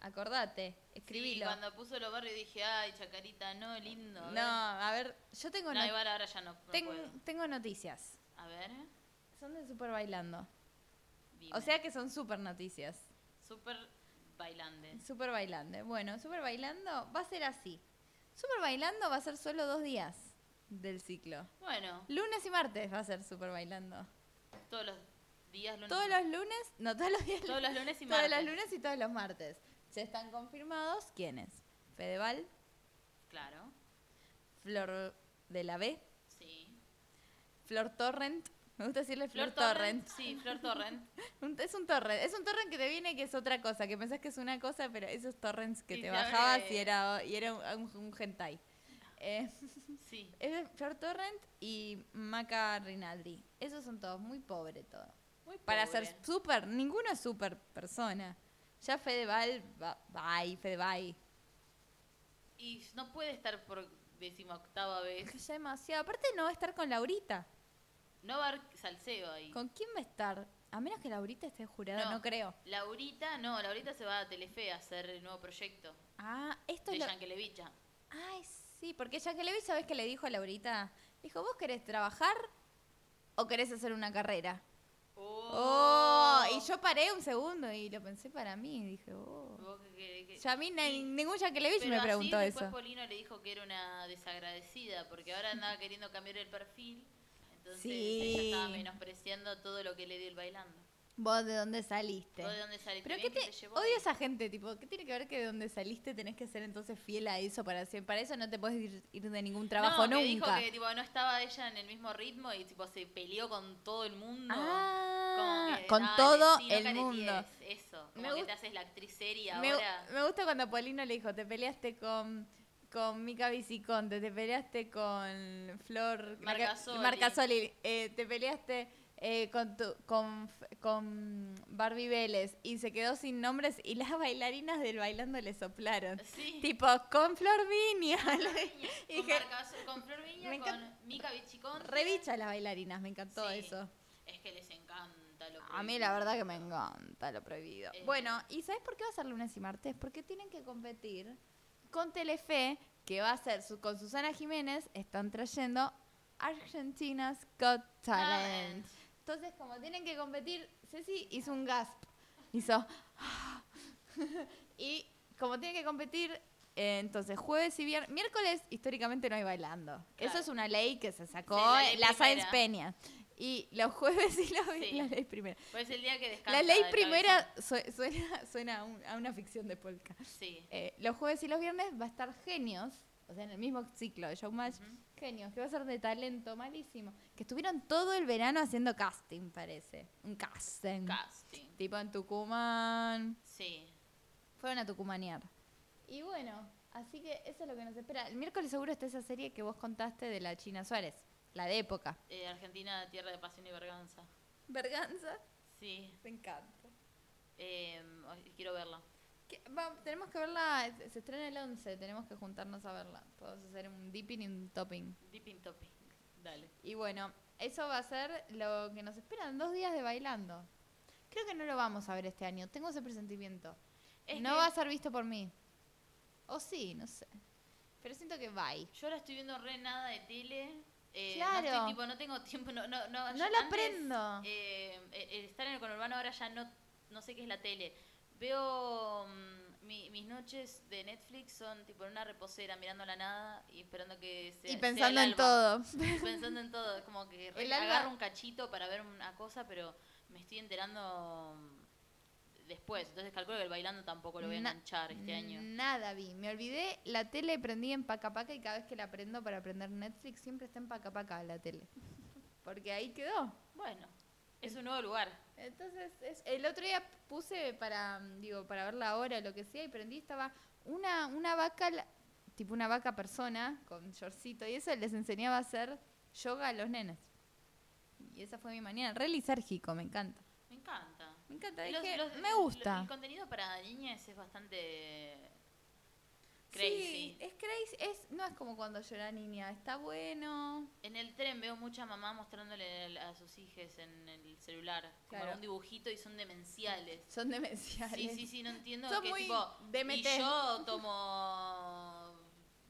acordate,
Sí,
escribilo.
cuando puso los barrios dije, ay, Chacarita, no, lindo. a
no,
ver.
a ver, yo tengo,
No,
no-
igual ahora ya no, no
ten-
puedo.
tengo noticias.
A ver,
Son de Super Bailando.
dime.
O sea que son super noticias.
Súper bailante.
Super Bailando. Bueno, Super Bailando va a ser así. Super Bailando va a ser solo dos días del ciclo.
Bueno,
Lunes y martes va a ser Super Bailando.
todos los días, lunes.
Todos los lunes, no todos los días.
todos los lunes y
todos
martes.
los lunes y todos los martes. Se están confirmados quiénes. Fedeval,
Claro,
Flor de la B,
sí.
Flor Torrent. Me gusta decirle Flor, Torrent.
Sí, Flor Torrent.
Un- es un torrent. Es un torrent que te viene que es otra cosa, que pensás que es una cosa, pero esos torrents que
Y
te
se abre-
bajabas y era, y era un, un, un hentai. Eh,
Sí.
Es de Flor Torrent y Maca Rinaldi. Esos son todos, muy pobre todo.
Muy
Para
pobre.
ser súper, ninguno es súper persona. Ya Fedeval, ba- bye, Fedeval.
Y no puede estar por decimoctava vez.
Ya demasiado. Aparte no va a estar con Laurita.
No va a haber salseo ahí.
¿Con quién va a estar? A menos que Laurita esté jurada, no, creo.
Laurita, no, Laurita se va a Telefe a hacer el nuevo proyecto
Ah, esto
de
es lo...
Yankelevich.
Ay, sí, porque Jacqueline, ¿sabes qué le dijo a Laurita? Dijo, ¿vos querés trabajar o querés hacer una carrera? Oh, y yo paré un segundo y lo pensé para mí y dije, oh.
Vos que- que- que-
Ya a mí na-
Y-
ningún Jacqueline me
así
preguntó
después
eso.
Polino le dijo que era una desagradecida porque ahora andaba queriendo cambiar el perfil. Entonces
Sí.
ella estaba menospreciando todo lo que le dio el bailando.
¿Vos de dónde saliste?
¿Vos de dónde saliste?
Pero qué
Bien
te,
que te llevó
odio
ahí.
a esa gente, tipo, ¿qué tiene que ver que de dónde saliste tenés que ser entonces fiel a eso para siempre? Para eso no te puedes ir, ir de ningún trabajo
no, que dijo
nunca.
que tipo, no estaba ella en el mismo ritmo y tipo se peleó con todo el mundo.
Ah,
Como que,
con
dale,
todo
sí, no
el
caretees,
mundo.
Eso,
Me
como que
gust-
te haces la actriz seria
Me,
ahora.
me gusta cuando Polino le dijo, te peleaste con, con Mica Viciconte, te peleaste con Flor
Marcasoli.
Marcasoli, eh, te peleaste eh, con, tu- con, F- con Barbie Vélez y se quedó sin nombres y las bailarinas del bailando le soplaron.
Sí.
Tipo, con Flor Viña. y
con,
dije,
Marcaso- con Flor Viña,
Me encanta-
con Mica Bichicón.
revicha las bailarinas, me encantó
Sí.
eso.
Es que les encanta lo
A mí la verdad que me
prohibido.
encanta lo prohibido.
Eh.
Bueno, ¿y sabes por qué va a ser lunes y martes? Porque tienen que competir con Telefe, que va a ser su- con Susana Jiménez, están trayendo Argentina's Got Talent.
Talent.
Entonces, como tienen que competir, Ceci hizo un gasp. Hizo. y como tienen que competir, eh, entonces jueves y viernes. Miércoles, históricamente no hay bailando. Eso
Claro.
es una ley que se sacó
Sí, la ley
la Sáenz
primera.
Peña. Y los jueves y los vi-
Sí.
la ley primera.
Pues el día que descansa.
La ley
del
primera
cabezón.
sue- suena, suena a, un- a una ficción de polka.
Sí.
Eh, los jueves y los viernes va a estar Genios, o sea, en el mismo ciclo de Showmatch.
Ujú.
Genios, que va a ser de talento malísimo. Que estuvieron todo el verano haciendo casting, parece. Un casting.
Casting.
tipo en Tucumán.
Sí.
Fueron a tucumanear. Y bueno, así que eso es lo que nos espera. El miércoles seguro está esa serie que vos contaste de la China Suárez, la de época.
Eh, Argentina, tierra de pasión y verganza.
Verganza,
Sí.
me encanta.
Em, ay, quiero verla.
Que- va- tenemos que verla, se- se estrena el 11, tenemos que juntarnos a verla. Podemos hacer un dipping y un topping.
Dipping Topping. Dale.
Y bueno, eso va a ser lo que nos esperan, dos días de bailando. Creo que no lo vamos a ver este año, tengo ese presentimiento.
Es
no
que
va a ser visto por mí. O sí, no sé. Pero siento que bye.
Yo ahora estoy viendo re nada de tele. eh,
Claro.
No, estoy, tipo, no tengo tiempo. No, no, no,
No
yo
lo
antes,
prendo.
eh, eh, el estar en el conurbano ahora ya no, no sé qué es la tele. Veo. mm, mi- mis noches de Netflix son tipo en una reposera mirando la nada y esperando que se.
y
sea
pensando
el
en
alba.
todo.
Y Pensando en todo. Es Como que re-
El alba-
agarro un cachito para ver una cosa, pero me estoy enterando mm, después. Entonces calculo que el bailando tampoco lo voy a
Na- mm.
enganchar este año.
Nada vi. Me olvidé, la tele prendí en Paca Paca y cada vez que la prendo para aprender Netflix siempre está en Paca Paca la tele. Porque ahí quedó.
Bueno, es un nuevo lugar.
Entonces, es- el otro día puse para, mm, digo, para ver la hora o lo que sea y prendí, estaba una, una vaca, la- tipo una vaca persona con shortcito y eso les enseñaba a hacer yoga a los nenes. Y esa fue mi mañana, re lisérgico, me encanta.
Me encanta.
Me encanta,
Los-
dije,
los-
me
el-
gusta.
el contenido para niñas es bastante
Sí,
crazy.
es crazy, es, no es como cuando yo era niña, está bueno.
En el tren veo mucha mamá mostrándole el- a sus hijas en el celular como
Claro.
algún dibujito y son demenciales.
Son demenciales.
Sí, sí, sí, no entiendo
Son
que
muy
tipo y
DMT.
yo tomo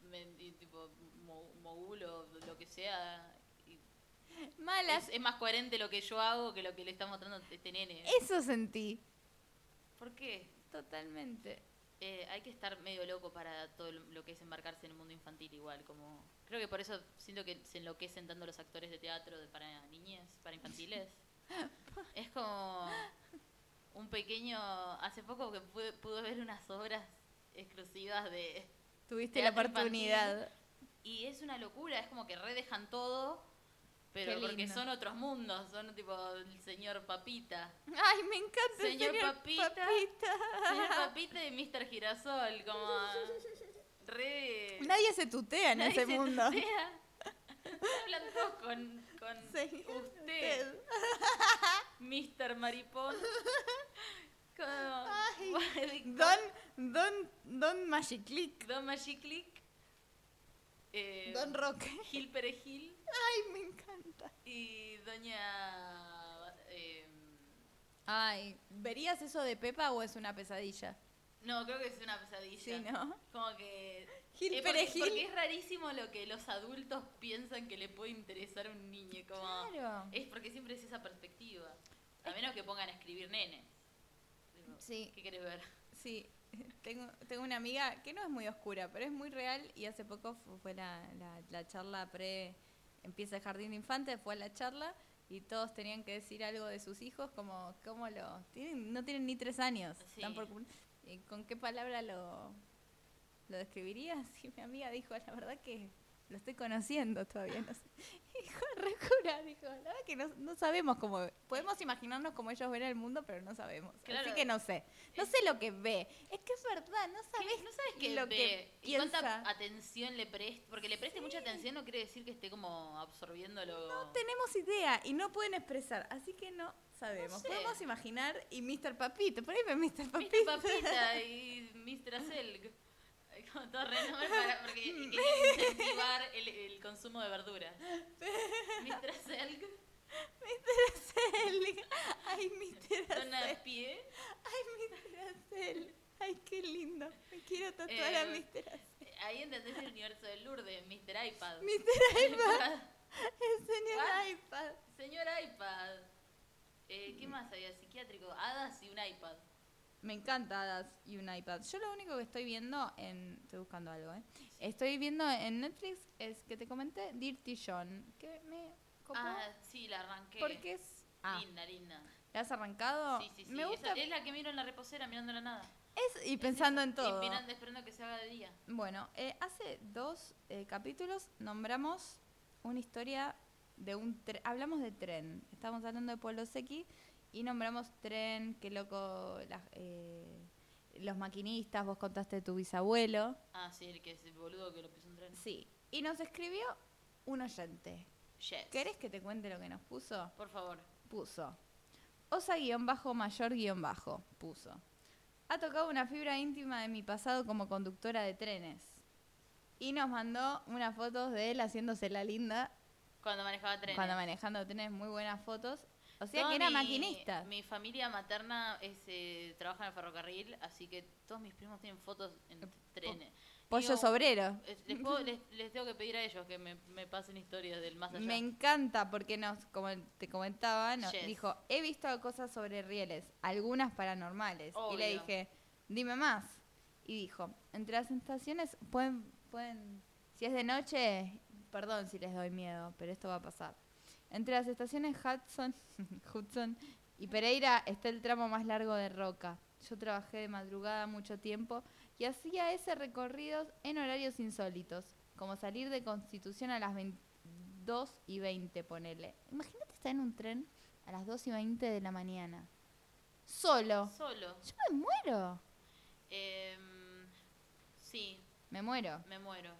men- y, tipo mo- mogul o lo que sea. y
Malas.
es, es más coherente lo que yo hago que lo que le está mostrando este nene.
Eso sentí.
¿Por qué?
Totalmente.
Eh, hay que estar medio loco para todo lo lo que es embarcarse en el mundo infantil igual, como creo que por eso siento que se enloquecen tanto los actores de teatro de- para niñez, para infantiles. es como un pequeño, hace poco que pude, pude ver unas obras exclusivas de
Tuviste
Teatro
la oportunidad.
y es una locura, es como que redejan todo, pero
Qué
porque
lindo.
son otros mundos, son tipo el señor Papita.
Ay, me encanta. el
Señor Papita.
Papita.
Señor Papita y Mr. Girasol, como re
Nadie se tutea en
Nadie
ese
se
mundo.
tutea. ah. Hablan todos con, con
Señor,
usted, Mr. Maripón. Como,
Don, don, don Magic Click.
Don Magic Click. Eh,
Don Roque.
Gil Perejil
Ay, me encanta.
y Doña... eh,
Ay, ¿verías eso de Pepa o es una pesadilla?
no, creo que es una pesadilla.
Sí, ¿no?
Como que...
Gil
eh, porque-
Perejil.
Porque, es rarísimo lo que los adultos piensan que le puede interesar a un niño. Como,
Claro.
Es porque siempre es esa perspectiva. A menos que pongan a escribir nenes. Digo,
Sí.
¿Qué querés ver?
Sí, tengo, tengo una amiga que no es muy oscura, pero es muy real y hace poco fu- fue la, la- la charla pre... Empieza el jardín de infantes, fue a la charla y todos tenían que decir algo de sus hijos, como cómo lo... Tienen, no tienen ni tres años. están
Sí.
por cum- eh, ¿Con qué palabra lo, lo describirías? Y mi amiga dijo, la verdad que lo estoy conociendo todavía. No sé. Dijo, recura, dijo, la verdad que no, no sabemos cómo... Podemos imaginarnos cómo ellos ven el mundo, pero no sabemos. Así
Claro.
que no sé. No sé lo que ve. Es que es verdad, no
¿Qué-
sabes.
¿No sabes qué
lo
ve?
que
¿Y cuánta
piensa?
atención le presta? Porque le preste mucha atención no quiere decir que esté como absorbiéndolo.
No tenemos idea y no pueden expresar, así que no sabemos.
No sé.
Podemos imaginar y Mr. Papito, por ahí ve Mr. Papito.
Mr. Papita y Mr. Acelg. Como todo re nombre para, porque quieren incentivar el, el consumo de verduras. Mr. Acelg,
Mr. Acel. Ay, Mr. Acel.
dona pie.
Ay, Mr. Acel. Ay, qué lindo. Me quiero tatuar a
Eh,
Mr. Acel.
Ahí entendés el universo de Lourdes, Mr. iPad.
Mr. iPad. El señor
What?
iPad.
Señor iPad. Eh, ¿Qué más había? Psiquiátrico, hadas y un iPad.
Me encanta Hadas y un iPad. Yo lo único que estoy viendo en. Estoy buscando algo, ¿eh? Estoy viendo en Netflix, es que te comenté, Dirty John, que me ¿Copó?
Ah, sí, la arranqué.
Porque es. Ah,
Linda, linda.
¿la has arrancado?
Sí, sí, sí.
Me
Esa-
gusta.
es la que miro en la reposera mirando la nada.
es- y pensando en todo.
Y mirando, esperando que se haga de día.
Bueno, eh, hace dos eh, capítulos nombramos una historia de un tren. Hablamos de tren. Estábamos hablando de Pueblo Sequi y nombramos tren, qué loco, la- eh, los maquinistas. Vos contaste de tu bisabuelo.
Ah, sí, el que es el boludo que lo puso un tren.
Sí. Y nos escribió un oyente.
Yes.
¿Querés que te cuente lo que nos puso?
Por favor.
puso. Osa guión bajo mayor guión bajo, puso. Ha tocado una fibra íntima de mi pasado como conductora de trenes. Y nos mandó unas fotos de él haciéndose la linda
Cuando manejaba trenes.
cuando manejando trenes, muy buenas fotos. O sea que era
mi-
maquinista.
Mi familia materna es, eh, trabaja en el ferrocarril, así que todos mis primos tienen fotos en
Eh,
t- trenes.
Pollos
Digo,
obreros.
eh, Les, puedo- les- les tengo que pedir a ellos que me, me pasen historias del más allá.
Me encanta porque nos, como te comentaba, nos
Yes.
dijo, he visto cosas sobre rieles, algunas paranormales. Y le
Obvio.
dije, dime más. Y dijo, entre las estaciones pueden, pueden, si es de noche, perdón si les doy miedo, pero esto va a pasar. Entre las estaciones Hudson, Hudson y Pereira está el tramo más largo de Roca. Yo trabajé de madrugada mucho tiempo y hacía ese recorrido en horarios insólitos, como salir de Constitución a las 22 y 20, ponele. Imagínate estar en un tren a las 2 y 20 de la mañana. Solo.
Solo.
Yo me muero.
Em, sí,
Me muero.
me muero.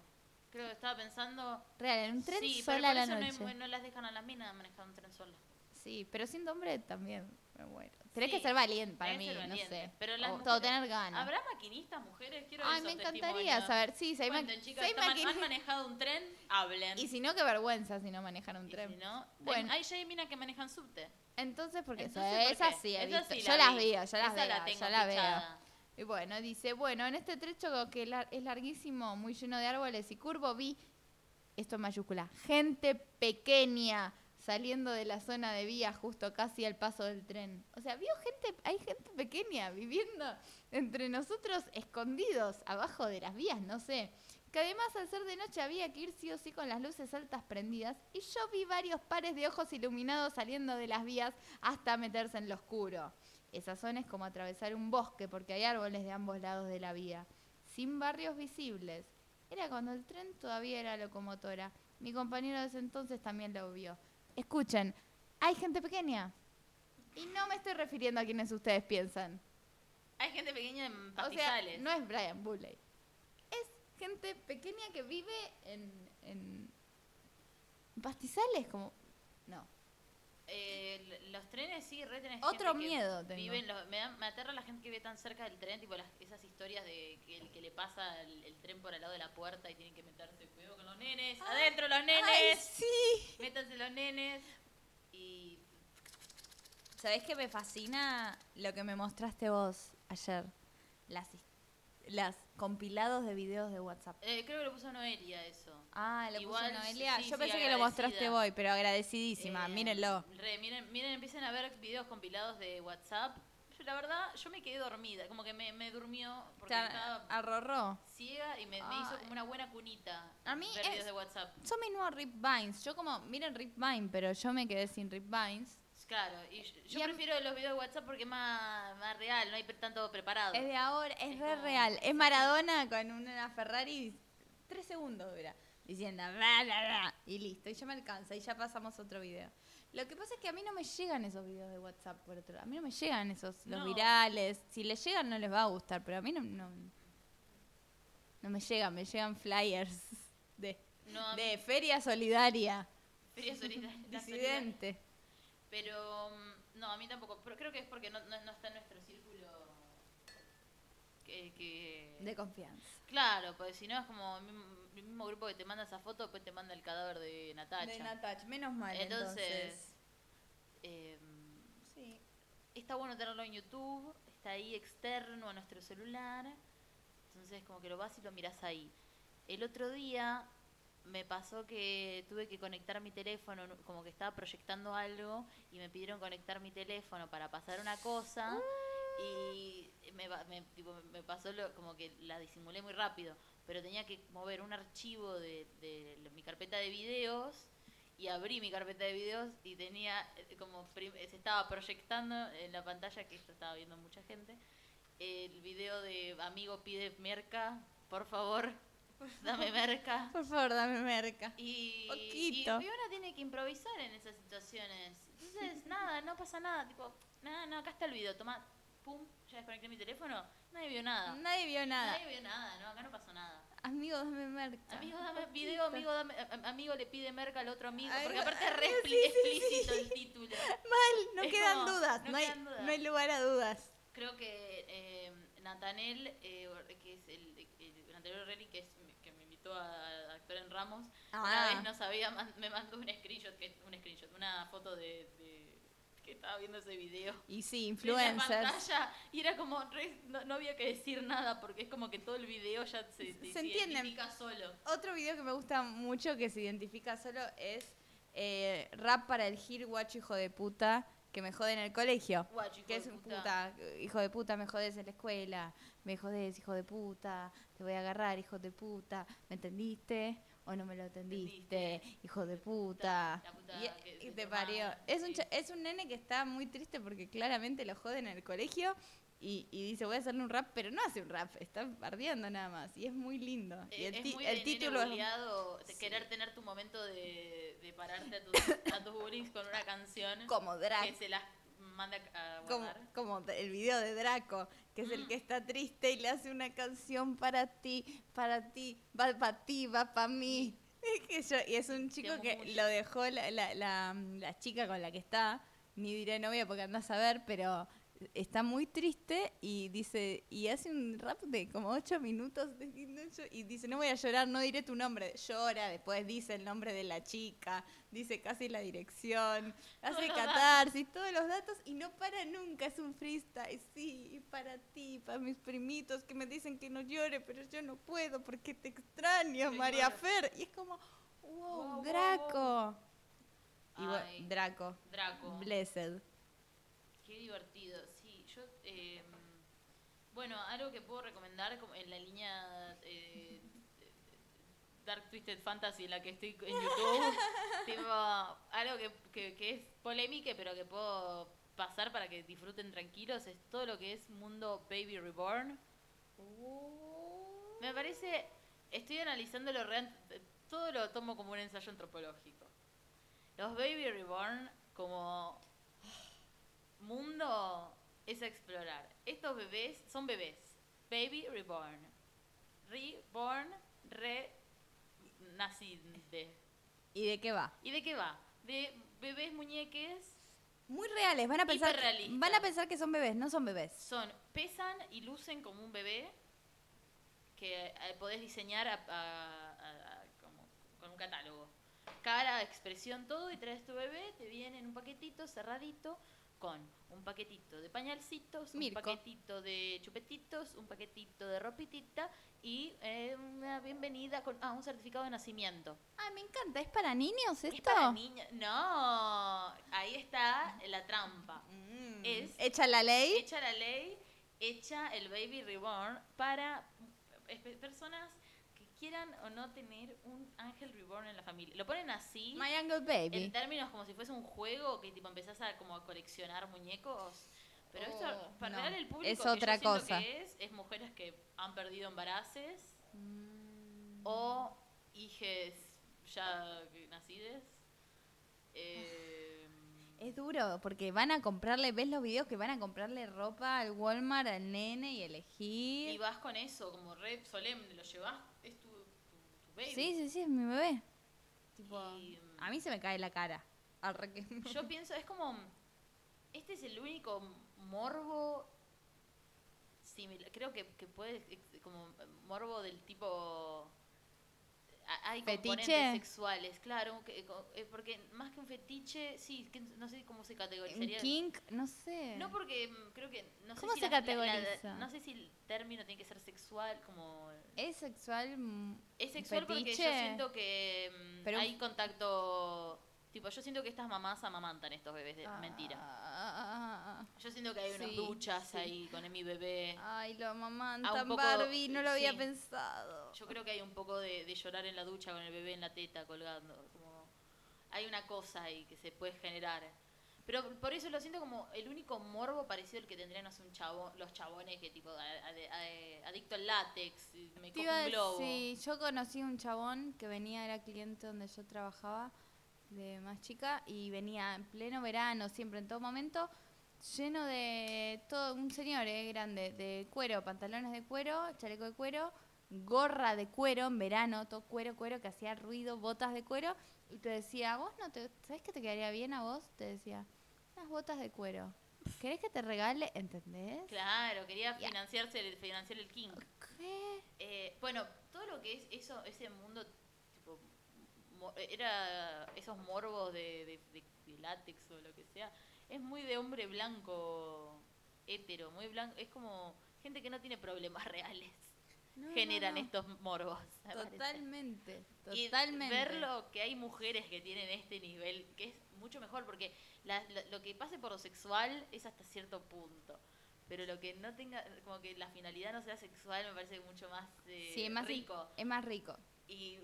Creo que estaba pensando.
Real, en un tren
sí, pero
sola a
por
la
eso no hay-
noche.
No, las dejan a las minas manejar un tren sola.
Sí, pero sin nombre también me muero. Tenés
Sí,
que ser valiente para
tenés
mí,
que ser
no
valiente,
sé.
pero las
O
mujeres-
todo tener ganas.
¿Habrá maquinistas mujeres? Quiero
Ah, Ay,
esos
me encantaría
testimonios.
saber. Sí, si hay, ma-
Cuenten, chicas,
si hay
toman-
maquin-
han manejado un tren, hablen.
Y si no, qué vergüenza si no manejan un
Y
tren.
si no,
Bueno.
bueno. hay, hay minas que manejan subte.
Entonces, porque
Entonces,
eso-
¿por
esa
qué?
sí, he
Esa
visto.
sí
yo
la
las
vi.
vi, yo las
Esa
veo,
la tengo
yo las
fichada.
veo. Y bueno, dice, bueno, en este trecho que lar- es larguísimo, muy lleno de árboles y curvo, vi, esto en mayúscula, gente pequeña saliendo de la zona de vía justo casi al paso del tren. O sea, vio gente, hay gente pequeña viviendo entre nosotros escondidos abajo de las vías, no sé. Que además al ser de noche había que ir sí o sí con las luces altas prendidas y yo vi varios pares de ojos iluminados saliendo de las vías hasta meterse en lo oscuro. Esa zona es como atravesar un bosque porque hay árboles de ambos lados de la vía, sin barrios visibles. Era cuando el tren todavía era locomotora. Mi compañero de ese entonces también lo vio. Escuchen, hay gente pequeña. Y no me estoy refiriendo a quienes ustedes piensan.
Hay gente pequeña en
O sea,
pastizales.
no es Brian Bulley. Es gente pequeña que vive en, en pastizales, como... No.
Eh, l- los trenes sí, re tenés
Otro
gente que
miedo tengo.
viven los- me, da- me aterra la gente que vive tan cerca del tren, tipo las- esas historias de que el que le pasa el, el tren por al lado de la puerta y tienen que meterse. Cuidado con los nenes, adentro los
Ah. ¡Ay,
nenes,
sí!
métanse los nenes. Y
¿Sabés que me fascina lo que me mostraste vos ayer? Las, his- las compilados de videos de WhatsApp.
eh, creo que lo puso Noelia eso.
Ah, lo
Igual,
puso Noelia.
sí, sí,
Yo pensé que lo
agradecida.
mostraste vos, pero agradecidísima.
Eh,
Mírenlo.
re, miren, miren, empiecen a ver videos compilados de WhatsApp. Yo, la verdad, yo me quedé dormida, como que me, me durmió porque
Está,
estaba
arrorró.
ciega y me, me hizo
Ay.
como una buena cunita.
Ah. A mí
ver
es-
videos de WhatsApp.
Yo me a Rip Vines. Yo como, miren Rip Vines, pero yo me quedé sin Rip Vines.
Claro, y yo, yo
Y a-
prefiero los videos de WhatsApp porque es más, más real, no hay pre- tanto preparado.
Es de ahora, es
Es
re
como-
real. Es Maradona con una Ferrari, tres segundos dura, diciendo bla, bla, bla, y listo, y ya me alcanza, y ya pasamos otro video. Lo que pasa es que a mí no me llegan esos videos de WhatsApp, por otro lado. A mí no me llegan esos, los
No.
virales. Si les llegan no les va a gustar, pero a mí no, no, no me llegan, me llegan flyers de,
No, a mí-
de Feria Solidaria,
Feria solida- la solidaridad.
disidente.
Pero mm, no, a mí tampoco. Pero creo que es porque no, no- no está en nuestro círculo. Que, que-
De confianza.
Claro, porque si no es como el mismo, el mismo grupo que te manda esa foto, después te manda el cadáver de Natacha.
De Natach, menos mal.
Entonces,
Entonces,
Eh,
sí.
está bueno tenerlo en YouTube, está ahí externo a nuestro celular. Entonces, como que lo vas y lo mirás ahí. El otro día me pasó que tuve que conectar mi teléfono, no- como que estaba proyectando algo y me pidieron conectar mi teléfono para pasar una cosa. Y me, va- me- tipo, me pasó lo- como que la disimulé muy rápido, pero tenía que mover un archivo de, de mi carpeta de videos y abrí mi carpeta de videos y tenía eh, como prim- se estaba proyectando en la pantalla que esto estaba viendo mucha gente el video de amigo pide merca por favor dame merca
Por favor, dame merca.
y,
Poquito.
y Fiona tiene que improvisar en esas situaciones. Entonces, nada, no pasa nada. Tipo, nada, no, acá está el video. Toma, pum, ya desconecté mi teléfono. Nadie vio nada.
Nadie vio nada.
Nadie vio nada, no, acá no pasó nada.
Amigo, dame merca.
Amigo, dame video, amigo, dame, a- a- amigo le pide merca al otro amigo.
Ay,
Porque
no,
aparte es re
sí,
expli-
sí, sí,
explícito el título.
Mal, no
Es
quedan
como,
dudas.
no
No, hay,
quedan dudas.
no hay lugar a dudas.
Creo que eh, Natanel, eh, que es el, el- el anterior Reli, que, es, que me invitó a, a actuar en Ramos, Una
Ah.
vez no sabía, man- me mandó un screenshot, que, un screenshot, una foto de, de- que estaba viendo ese video.
Y sí,
En la
influencers.
pantalla, y era como, re- no, no había que decir nada porque es como que todo el video ya se,
Se entiende.
identifica solo.
Otro video que me gusta mucho que se identifica solo es eh, rap para el gir guacho hijo de puta que me jode en el colegio.
Guacho, hijo
Que
de
es un
puta.
puta, eh, hijo de puta, me jodes en la escuela, me jodes, hijo de puta, te voy a agarrar, hijo de puta, ¿me entendiste? ¿O no me lo entendiste? Hijo de puta.
La puta
Y-
que-
y
de
te
tu
parió.
madre,
Es un,
sí.
cha- es un nene que está muy triste porque claramente lo joden en el colegio y, y dice voy a hacerle un rap, pero no hace un rap, está bardeando nada más. Y es muy lindo. y
Eh,
el,
es
ti-
muy
el
de nene
título es-
buleado, de querer tener tu momento de, de pararte a tus, a tus bullies con una canción
como
que
Draco.
se las manda a
Como,
guardar.
como el video de Draco, que es el
Mm.
que está triste y le hace una canción para ti, para ti, va para ti, va para mí. Es que yo- y es un chico
amo
que
mucho.
lo dejó la, la- la- la chica con la que está, ni diré novia porque andás a ver, pero está muy triste y dice, y hace un rap de como ocho minutos de- y dice, no voy a llorar, no diré tu nombre. Llora, después dice el nombre de la chica, dice casi la dirección, hace
los datos.
catarsis, todos los datos y no para nunca, es un freestyle, sí, y para ti, para mis primitos que me dicen que no llore, pero yo no puedo porque te extraño,
Te
María
lloro.
Fer. Y es como, wow,
wow, wow.
Draco. Y bueno,
Ay.
Draco,
Draco.
blessed.
Qué divertido, sí. Yo, eh, bueno, algo que puedo recomendar como en la línea eh, Dark Twisted Fantasy, en la que estoy en YouTube, tipo, algo que, que, que es polémica, pero que puedo pasar para que disfruten tranquilos, es todo lo que es mundo Baby Reborn. Me parece, estoy analizándolo, re- todo lo tomo como un ensayo antropológico. Los Baby Reborn como mundo es a explorar. Estos bebés son bebés. Baby Reborn. Reborn, re nacide.
¿Y de qué va?
¿Y de qué va? De bebés muñeques
Muy reales, van a pensar,
Hiperrealistas.
van a pensar que son bebés, no son bebés.
son, pesan y lucen como un bebé que eh, podés diseñar a- a- a- a- como, con un catálogo. Cara, expresión, todo, y traes tu bebé, te viene en un paquetito cerradito con un paquetito de pañalcitos,
Mirko.
un paquetito de chupetitos, un paquetito de ropitita y eh, una bienvenida con, ah, un certificado de nacimiento.
Ay, me encanta, ¿es para niños esto?
¿Es para niños? No, ahí está la trampa.
Mm.
Es-
¿Echa la ley?
Echa la ley, echa el Baby Reborn para espe- personas que quieran o no tener un ángel reborn en la familia. Lo ponen así,
My Angle
en
Baby.
términos como si fuese un juego que tipo empezás a como a coleccionar muñecos. Pero esto,
Oh,
para
no.
regalar el público,
Es
que yo
otra
siento
cosa.
que es, es mujeres que han perdido embaraces
Mm.
o hijes ya nacides.
Ah.
Eh,
Es duro, porque van a comprarle, ves los videos que van a comprarle ropa al Walmart, al nene y elegir.
Y vas con eso, como re solemne, lo llevas, es tu, tu, tu baby.
sí, sí, sí, es mi bebé. Tipo, um,
Y,
a mí se me cae la cara. Al re que-
Yo pienso, es como, este es el único morbo similar, creo que, que puede, ex- como morbo del tipo, a- hay
¿Fetiche?
componentes sexuales, claro, que- co- eh, porque más que un fetiche, sí, que no sé cómo se
Un
categorizaría.
kink, no sé.
No porque mm, creo que no sé
¿Cómo
si
se
la- la- la-
categoriza?
no sé si el término tiene que ser sexual como
es sexual. mm,
Es sexual porque yo
fetiche.
siento que mm,
Pero un-
hay contacto. Tipo, yo siento que estas mamás amamantan estos bebés de mentira.
Ah,
Yo siento que hay unas
Sí,
duchas
sí.
ahí con mi bebé.
Ay, lo
Ah,
amamantan,
un poco,
Barbie, no lo había
sí.
pensado.
Yo creo que hay un poco de, de llorar en la ducha con el bebé en la teta colgando. Como, hay una cosa ahí que se puede generar. Pero por eso lo siento como el único morbo parecido al que tendrían no sé, un chavo, los chabones que tipo a- a- a- adicto al látex, y me
Te
cojo
iba a
un globo.
decir, yo conocí un chabón que venía, era cliente donde yo trabajaba de más chica y venía en pleno verano, siempre en todo momento, lleno de todo, un señor eh, grande, de cuero, pantalones de cuero, chaleco de cuero, gorra de cuero en verano, todo cuero, cuero, que hacía ruido, botas de cuero, y te decía, vos no te, ¿sabés que te quedaría bien a vos? Te decía, unas botas de cuero. ¿Querés que te regale? ¿Entendés?
Claro, quería
Ya.
financiarse el, financiar el king.
¿Qué?
Eh, bueno, todo lo que es eso, ese mundo, tipo, mo- era esos morbos de, de- de- de látex o lo que sea, es muy de hombre blanco, hetero, muy blanco, es como gente que no tiene problemas reales.
No, no,
Generan
no.
estos morbos. me parece.
Totalmente,
Y
totalmente.
ver lo que hay mujeres que tienen este nivel, que es mucho mejor, porque la- la- lo que pase por lo sexual es hasta cierto punto. Pero lo que no tenga, como que la finalidad no sea sexual, me parece mucho más, eh,
Sí, es más
rico.
Es más rico.
Y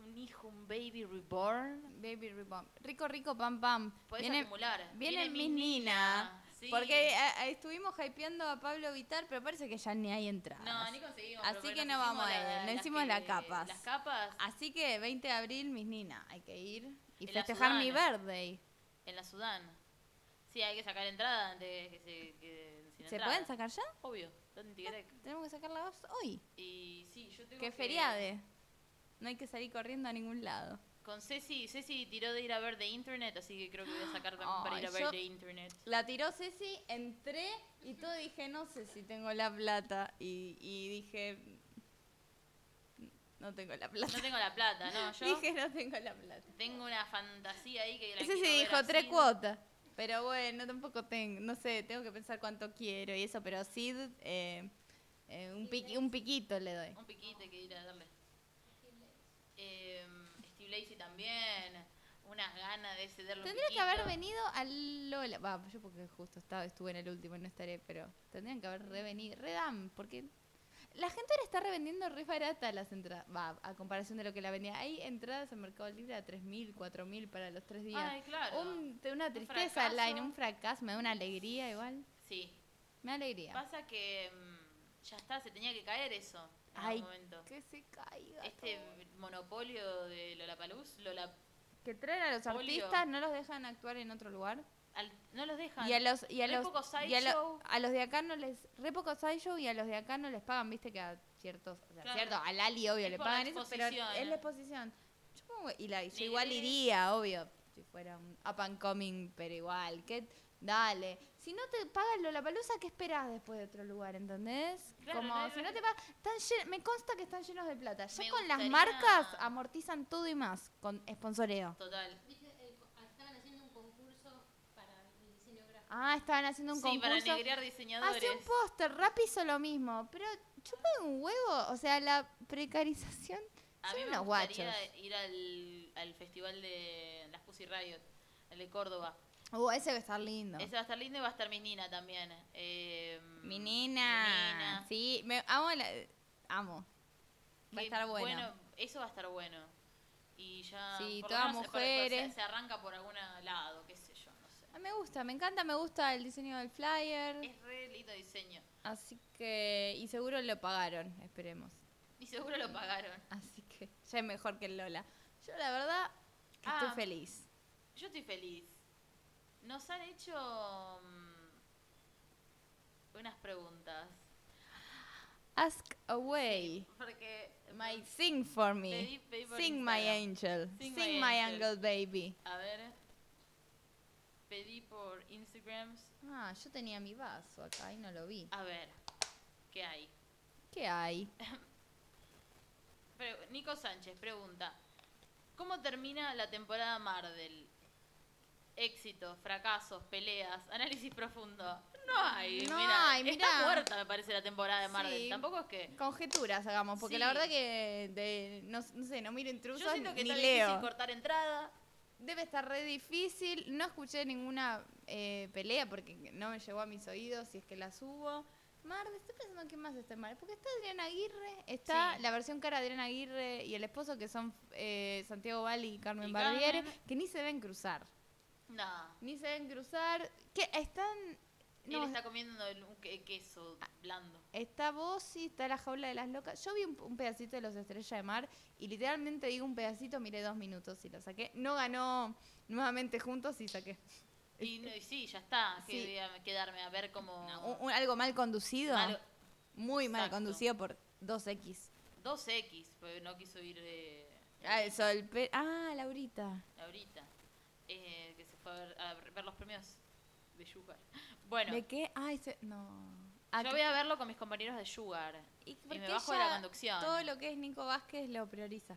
un hijo, un baby reborn,
Baby Reborn. Rico, rico, pam, pam.
puedes
Viene-
acumular.
viene
mi
Miss Nina,
sí.
Porque eh, eh, estuvimos hypeando a Pablo Vitar, pero parece que ya ni hay entradas.
No, ni conseguimos.
Así
pero
que
nos
no vamos
hicimos
a ir,
la-
nos
las
hicimos
que-
las capas.
Las capas
Así que 20 de abril, mis Nina, hay que ir y
En la
festejar mi
Sudana.
birthday.
en la Sudán. Sí, hay que sacar entrada antes que se queden sin
¿Se
entrada.
pueden sacar ya?
Obvio, están en Tigre.
Tenemos que sacarlas hoy.
Y sí, yo tengo
Que
que-
feriade. No hay que salir corriendo a ningún lado.
Con Ceci, Ceci tiró de ir a ver de internet, así que creo que voy a sacar también para
Ay,
ir a ver
yo-
de internet.
La tiró Ceci, entré y todo dije, no sé si tengo la plata. Y, y dije, no tengo la plata.
No tengo la plata, ¿no? Yo
Dije, no tengo la plata.
tengo una fantasía ahí que la
Ceci
quiero ver
dijo,
así.
tres cuotas. Pero bueno, tampoco tengo, no sé, tengo que pensar cuánto quiero y eso. Pero Sid, eh, eh, un, piqui- un piquito le doy.
Un piquito que ir a darle. Eh, Steve Lacey también. Unas ganas de cederle un
Tendría que haber
piquito.
venido al Lola. Va, yo porque justo estaba, estuve en el último, no estaré, pero tendrían que haber revenido. Redam, porque la gente ahora está revendiendo re barata las entradas. Va, a comparación de lo que la vendía. Hay entradas en Mercado Libre a 3.000, 4.000 para los tres días.
Ay, claro.
Un- te- una tristeza
fracaso.
online, un fracaso, me da una alegría igual.
Sí.
Me da alegría.
Pasa que mm, ya está, se tenía que caer eso en
Ay,
algún momento.
Que se caiga.
Este
todo.
monopolio de Lollapalooz, Lola,
Que traen a los
polio.
artistas, no los dejan actuar en otro lugar.
al- no los dejan.
Y a los y a
Re
los
pocos
y a, lo-
sideshow.
a los de acá no les re pocos sideshow y a los de acá no les pagan, viste que a ciertos, o sea,
Claro.
cierto, al Ali obvio
Es
le
por la
pagan eso, pero
exposición.
es la exposición. Yo pongo- y la, yo
Ni
igual
idea.
iría, obvio, si fuera un up and coming, pero igual, que dale. Si no te pagan la palusa, ¿qué esperás después de otro lugar, entendés?
Claro,
Como
no hay
si no
re-
te pagan, están llen- me consta que están llenos de plata. Ya
Me
con las
gustaría-
marcas amortizan todo y más con sponsoreo.
Total.
Viste, el co- estaban haciendo un concurso para el diseño gráfico.
Ah, estaban haciendo un
sí, para
concurso.
negrear diseñadores.
Hace un póster, Rappi hizo lo mismo, pero chupa un huevo, o sea, la precarización
A
son
mí me
unos
gustaría
guachos.
ir al, al festival de las Pussy Riot, el de Córdoba.
Uh, ese va a estar lindo.
Ese va a estar lindo y va a estar mi Nina también. Eh,
Mi
mi
nena.
nina.
Sí, me amo la- amo. Va a
Que,
estar bueno.
Eso va a estar bueno. Y ya.
Sí,
por lo
todas
menos se- por- por- se- Se,
mujeres.
arranca por algún lado, qué sé yo, no sé.
Ah, Me gusta, me encanta, me gusta el diseño del flyer.
Es re lindo diseño.
Así que. Y seguro lo pagaron, esperemos.
Y seguro lo pagaron.
Así que ya es mejor que el Lola. Yo, la verdad, que
Ah.
estoy feliz.
Yo estoy feliz. Nos han hecho mm, unas preguntas.
Ask away.
Porque
My sing for me.
Pedí- pedí por
sing my
Instagram.
angel.
Sing
Sing,
my
my,
angel.
angle baby.
A ver. Pedí por Instagram.
Ah, yo tenía mi vaso acá y no lo vi.
A ver. ¿Qué hay?
¿Qué hay?
Pre- Nico Sánchez pregunta. ¿Cómo termina la temporada Marvel? Éxito, fracasos, peleas, análisis profundo. No hay.
No
mirá.
hay,
Está
mirá.
muerta, me parece, la temporada de Marvel.
Sí.
Tampoco es que.
Conjeturas hagamos, porque la
Sí.
verdad que de- no, no sé, no miro
Yo
intrusos
siento que
ni
está
leo.
difícil cortar entrada.
Debe estar re difícil. No escuché ninguna eh, pelea porque no me llegó a mis oídos si es que las hubo. Mar, estoy pensando qué más está en Mar. Porque está Adriana Aguirre, está
Sí.
la versión cara de Adriana Aguirre y el esposo que son eh, Santiago Bali y Carmen
Y
Barbieri,
Carmen.
que ni se ven cruzar.
No.
Ni se ven cruzar. ¿Qué? Están.
Él
No,
está comiendo el- un que- queso blando.
Está Bossi, está la jaula de las locas. Yo vi un, un pedacito de los Estrella de Mar y literalmente digo un pedacito, miré dos minutos y lo saqué. No ganó nuevamente juntos y saqué.
Y, no- y sí, ya está. Que
Sí.
voy a quedarme a ver cómo.
Un- un- algo mal conducido.
Malo-
muy mal
Exacto.
conducido por 2X.
2X, porque pues, no quiso ir eh,
Ah, el sol. pe- Ah, Laurita.
Laurita, eh, que se fue a ver, a ver los premios de Sugar. Bueno,
¿De qué? Ay, se- no. Ah,
yo
que-
voy a verlo con mis compañeros de Sugar.
y
Y
porque
me bajo de la
ella
conducción.
Todo lo que es Nico Vázquez lo prioriza.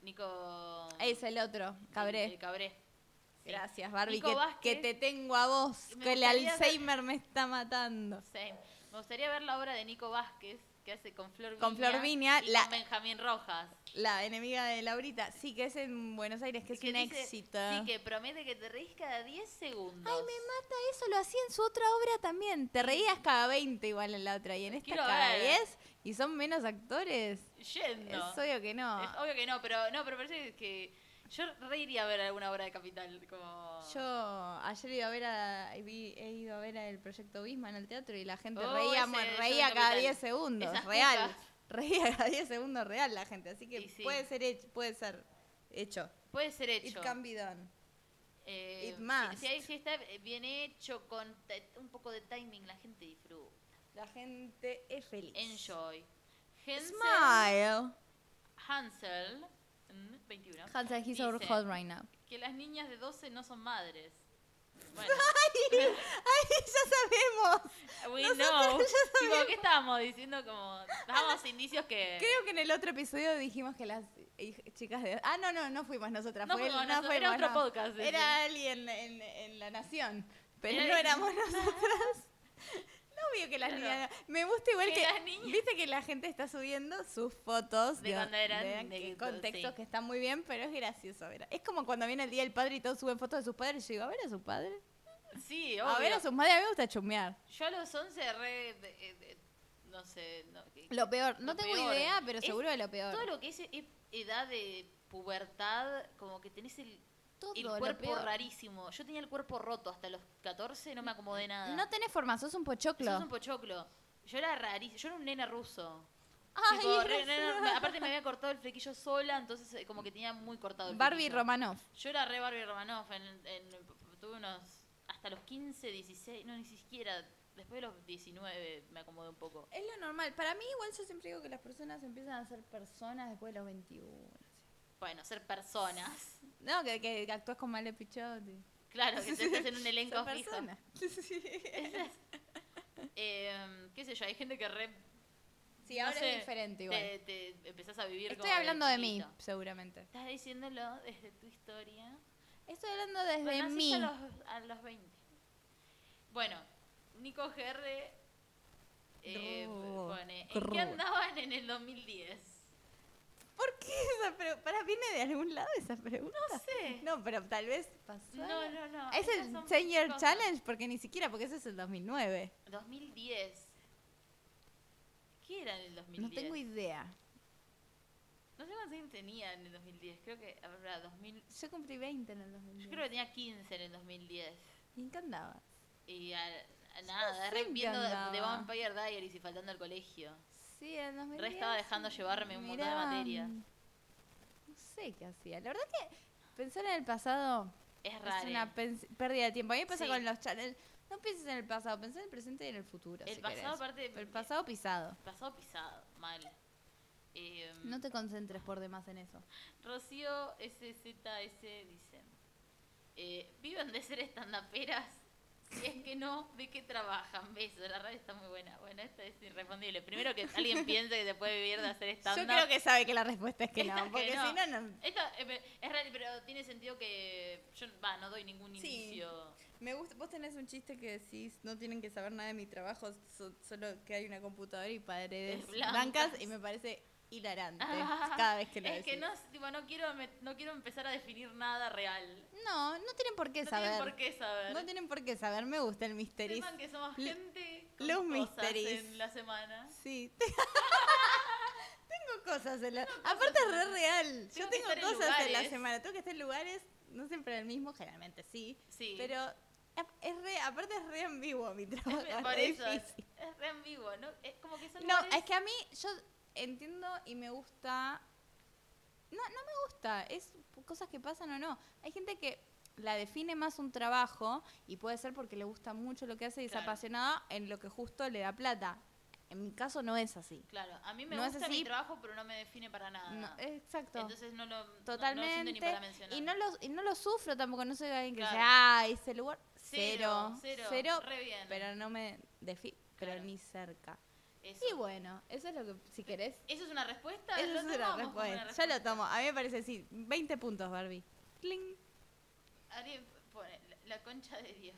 Nico.
Es el otro, Cabré.
el- el Cabré. Ah. Sí.
Gracias, Barbie,
Nico
que,
Vázquez.
que te tengo a vos,
Me
que el
gustaría hacer-
Alzheimer me está matando.
Same. Me gustaría ver la obra de Nico Vázquez, que hace con Flor
Con
Viña
Flor Viña,
y
la-
con Benjamín Rojas.
La enemiga de Laurita, sí que es en Buenos Aires, que es
Que
un
dice-
éxito.
Sí, que promete que te reís cada 10 segundos.
Ay, me mata Ah, eso, lo hacía en su otra obra también. Te reías cada 20 igual en la otra y en esta
Quiero
cada
ver.
10 y son menos actores.
Yendo.
Es obvio que no.
Es obvio que no, pero no, pero parece que yo re iría a ver alguna obra de Capital como
Yo ayer iba a ver a, vi- he ido a ver el proyecto Bisman al teatro y la gente
Oh,
reía,
ese
mu-
show
reía
en
cada
Capital.
10 segundos,
Esas
real.
putas.
Reía cada 10 segundos real la gente, así que
Y sí.
puede ser hecho, puede ser hecho.
puede ser
It
hecho.
can be done.
Eh,
it must.
Si, si, hay- si está bien hecho con te- un poco de timing, la gente disfruta.
La gente es feliz.
Enjoy. Hansel,
Smile.
Hansel mm, 21.
Hansel, he's
dice
so hot right now.
que las niñas de 12 no son madres. Bueno,
¡Ay, ya sabemos!
we
Nosotros
know.
ya
Tipo,
sabíamos.
¿qué estábamos diciendo? Como dábamos indicios que
Creo que en el otro episodio dijimos que las hij- chicas de... Ah, no, no, no fuimos nosotras.
no
fue el-
fuimos
no
nosotros, era
fuimos,
otro
no.
podcast. ese.
Era alguien en, en La Nación, pero
Era
no
alguien-
éramos nosotras. No vio que las
Claro.
niñas... Me gusta igual
Que
que...
las niñas-
Viste que la gente está subiendo sus fotos
De cuando eran
que-
de-
contextos
sí.
que están muy bien, pero es gracioso. ¿verdad? Es como cuando viene el Día del Padre y todos suben fotos de sus padres. Yo digo, a ver a sus padres.
Sí,
A ver
obvio.
a sus madres, a mí me gusta chumear.
Yo a los 11 re... de- eh, de- no sé... No, que-
Lo peor, no
Lo
tengo
peor.
idea, pero
Es
seguro de lo peor.
todo lo que es e- edad de pubertad, como que tenés el,
Todo
el
lo
cuerpo
peor.
rarísimo. Yo tenía el cuerpo roto hasta los 14, no me acomodé nada.
No tenés forma, sos un pochoclo.
Sos un pochoclo. Yo era rarísimo. Yo era un nene ruso.
Ay,
Tipo, re-
gracias.
nena- me- aparte me había cortado el flequillo sola, entonces eh, como que tenía muy cortado el
Barbie
flequillo.
Romanoff.
Yo era re Barbie Romanoff. en- en- tuve unos... Hasta los 15, 16, no, ni siquiera... Después de los 19 me acomodé un poco.
Es lo normal. Para mí, igual yo siempre digo que las personas empiezan a ser personas después de los 21.
Bueno, ser personas.
No, que, que actúas con Male Pichotti.
Claro, que te estés en un elenco
Son
fijo.
personas.
Eh, qué sé yo, hay gente que re...
Sí,
no
ahora
sé,
es diferente igual.
te, te empezás a vivir
Estoy
como
hablando de mí,
chiquito.
seguramente.
Estás diciéndolo desde tu historia.
Estoy hablando desde
Bueno, naciste
mí.
A los, a los 20. Bueno, Nico GR eh,
Rudo,
pone, ¿en qué
rudo".
andaban en el 2010?
¿Por qué esa pregunta? ¿Para viene de algún lado esa pregunta?
No sé.
No, pero tal vez pasó.
No, no, no.
Es
esas
el
son
10 Year
cosas.
Challenge, porque ni siquiera, porque ese es el 2009.
2010. ¿Qué era en el 2010?
No tengo idea.
No sé cuántos años tenía en el 2010. Creo que habrá 2000.
Yo cumplí 20 en el 2010.
Yo creo que tenía 15 en el 2010.
Y encantaba.
Y a, a nada,
sé
re
en qué
viendo The- The
andaba.
Vampire Diaries y faltando al colegio.
Sí, en el 2010.
Re estaba dejando llevarme un montón de
mirá,
materias.
No sé qué hacía. La verdad que pensar en el pasado
Es raro.
es una pens- pérdida de tiempo. A mí me pasa
Sí.
con los challenges. No pienses en el pasado, pensá en el presente y en el futuro.
El
si
pasado,
querés.
aparte,
El pasado pisado.
pasado pisado, mal. Eh,
No te concentres por demás en eso.
Rocío SZS dice: eh, ¿Viven de ser estandaperas? Si es que no, ¿de qué trabajan? Besos, la radio está muy buena. Bueno, esta es irrespondible. Primero que alguien piense que se puede vivir de hacer stand-up.
Yo creo que sabe que la respuesta es que
Esta
no,
que
porque
no.
si no, no.
Esto eh, pe- es real, pero tiene sentido que yo va, no doy ningún
Sí.
indicio.
Me gusta, vos tenés un chiste que decís, no tienen que saber nada de mi trabajo, so- solo que hay una computadora y paredes
Es
blancas.
blancas.
y me parece hilarante
Ah,
cada vez que lo
es que
decís.
no, tipo, no, quiero, me- no quiero empezar a definir nada real.
no, no tienen por qué
No
saber.
tienen por qué saber.
No tienen por qué saber, me gusta el misterio.
Sepan que somos
Li-
gente con
Los
cosas
Mysteries.
en la semana.
Sí. tengo cosas en la... Aparte es re real. Yo
Tengo que
tengo
estar en
cosas en, la
lugares.
semana. Tengo que estar en lugares, no siempre en el mismo, generalmente sí.
Sí.
Pero ap- es re, aparte es re ambiguo mi trabajo.
Es
Es
por
re
eso, es,
difícil.
es re ambiguo, ¿no? Es como que son
No,
lugares-
es que a mí yo entiendo y me gusta... No, no me gusta. Es cosas que pasan o no. Hay gente que la define más un trabajo y puede ser porque le gusta mucho lo que hace y es
Claro.
apasionada en lo que justo le da plata. En mi caso no es así.
Claro, a mí me
no es
gusta mi
así.
trabajo, pero no me define para nada.
No, exacto.
Ah. Entonces no lo, no-
Totalmente.
No, lo siento ni para mencionar.
y, no lo, y no lo sufro tampoco, no soy alguien que
Claro.
dice, ah, ese lugar,
Cero,
cero,
cero, re bien.
pero no me defi, pero
Claro.
ni cerca.
Eso.
Y bueno, eso es lo que, si querés,
¿Eso es una respuesta?
eso
¿Lo
es una
tomamos como una
respuesta. Yo lo tomo, a mí me parece así, 20 puntos, Barbie. Cling.
Alguien pone la- la concha de Dios.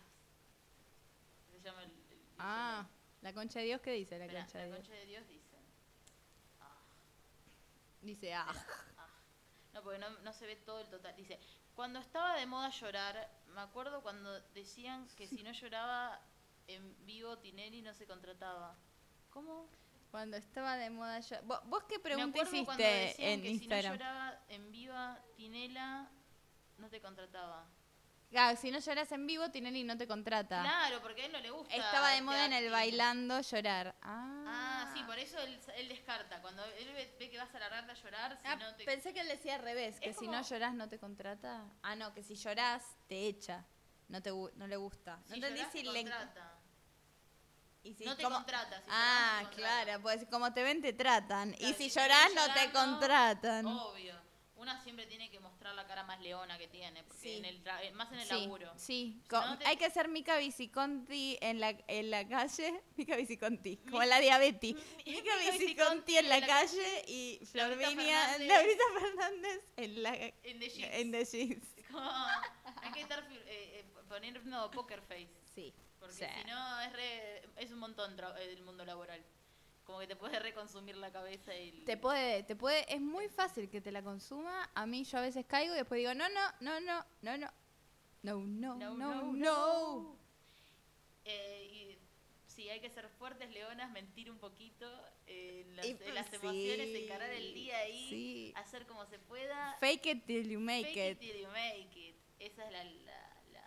Se llama el. el- el
Ah, la concha de Dios, ¿qué dice la
Esperá,
concha de
la
Dios?
concha de Dios dice.
Dice, ah,
No, porque no, no se ve todo el total. Dice, cuando estaba de moda llorar, me acuerdo cuando decían que si no lloraba en vivo Tinelli no se contrataba. ¿Cómo?
cuando estaba de moda yo... ¿Vos, vos qué pregunta
me acuerdo cuando
hiciste
decían
en
que
Instagram?
si no lloraba en viva Tinela no te contrataba.
Ah, si no lloras en vivo, Tinelli no te contrata.
Claro, porque a él no le gusta.
Estaba de
este
moda en el
acting.
bailando llorar. Ah,
Ah, sí, por eso él, él descarta. Cuando él ve, ve que vas a la rata a llorar, si
Ah,
no te...
Pensé que él decía al revés, que
Es
si
como-
no llorás no te contrata. Ah, no, que si llorás te echa. No, te, gu- no le gusta. No
si
entendí
llorás,
si
te
le.
contrata.
y si
no te
como-
contrata. Si
ah,
llorás, te contrata.
claro, pues como te ven te tratan. y
Claro,
si
si
llorás
llorás,
no te
llorás, no.
contratan.
Obvio. Una siempre tiene que mostrar la cara más leona que tiene, porque
Sí.
en el tra- eh, más en el
sí,
laburo.
sí.
Si no,
con-
te-
hay que hacer Mica Viciconti en la, en la calle. Mica Viciconti, como la diabetes. Mica Viciconti en la calle y
Laurita
Florvinia,
Fernández.
Laurita Fernández en la
En The Sheets.
en The Sheets.
Como, hay que estar fir- eh, eh, poner no, poker face.
Sí.
Porque
Sí.
si no, es, re- es un montón tra- el mundo laboral. Como que te puede reconsumir la cabeza y. el-
Te puede, te puede, es muy fácil que te la consuma. A mí yo a veces caigo y después digo, no, no, no, no, no, no. No, no, no, no.
Eh, y sí, hay que ser fuertes, leonas, mentir un poquito eh, en las,
Y,
en las
sí,
emociones, encarar el día ahí,
sí.
hacer como se pueda.
Fake it till you make,
Fake
it.
it till you make it. Esa es la, la, la,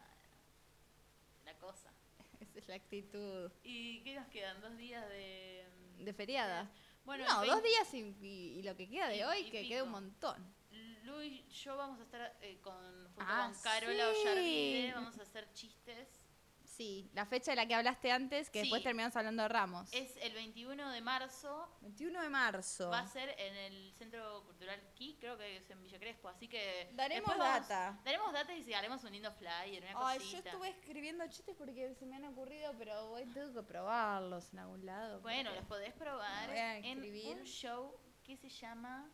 la cosa.
Esa es la actitud
¿Y qué nos quedan? ¿Dos días de...?
de feriada.
Bueno,
no,
el
dos
20
días y, y- y lo que queda de
Y-
hoy,
y
que
pico.
queda un montón.
Lu y yo vamos a estar eh, con, junto
Ah,
con Carola
sí.
Ollardide, vamos a hacer chistes.
Sí, la fecha de la que hablaste antes, que
Sí.
después terminamos hablando de Ramos.
Es el 21 de marzo,
21 de marzo.
va a ser en el Centro Cultural Ki, creo que es en Villa Crespo, así que...
Daremos
después vamos-
data.
Daremos data y haremos un lindo flyer, una
Ay, yo
cosita.
estuve escribiendo chistes porque se me han ocurrido, pero hoy tengo que probarlos en algún lado.
Bueno,
porque-
los podés probar
Voy a
en
escribir.
un show que se llama...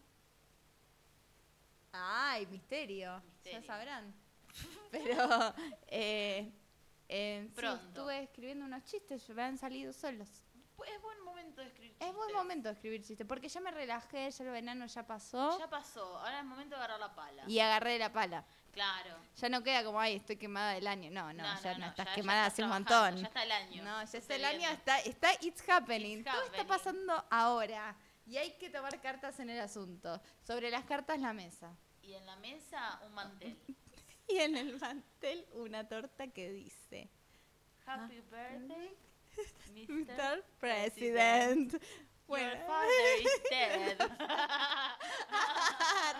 Ay, misterio.
Misterio.
Ya sabrán. Pero eh, eh, sí,
Pronto.
estuve escribiendo unos chistes, me han salido solos.
Es buen momento de escribir
Es buen
chistes.
momento de escribir chistes, porque ya me relajé, ya el verano ya pasó
Ya pasó, ahora es momento de agarrar la pala.
y agarré la pala.
Claro.
Ya no queda como, ay, estoy quemada del año. No, no, ya no, estás quemada
estás
hace un
trabajando,
montón.
Ya está el año.
No, ya
Estoy
está el año,
viendo.
está, está it's happening.
It's
Todo
happening.
está pasando ahora. Y hay que tomar cartas en el asunto. Sobre las cartas, la mesa.
Y en la mesa, un mantel.
Y en el mantel, una torta que dice: Ah.
Happy birthday, Mr.
Mr. President.
Bueno.
Bueno,
father is dead.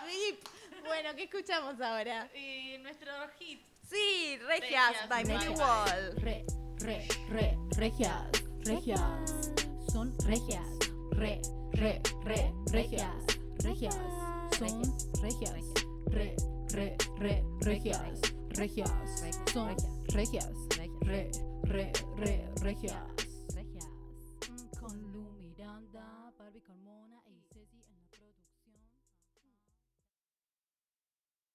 Rip. Bueno, ¿qué escuchamos ahora?
y nuestro hit.
Sí,
Regias,
Regias by Nelly
bye.
Wall.
Re, re, re, regias, regias. Son regias. Re, re, re, regias, regias. Son regias. Re, re, re, regias, regias. Son regias. Re, re, re, regias. Con Lu Miranda, Barbie con Mona y Ceci en la-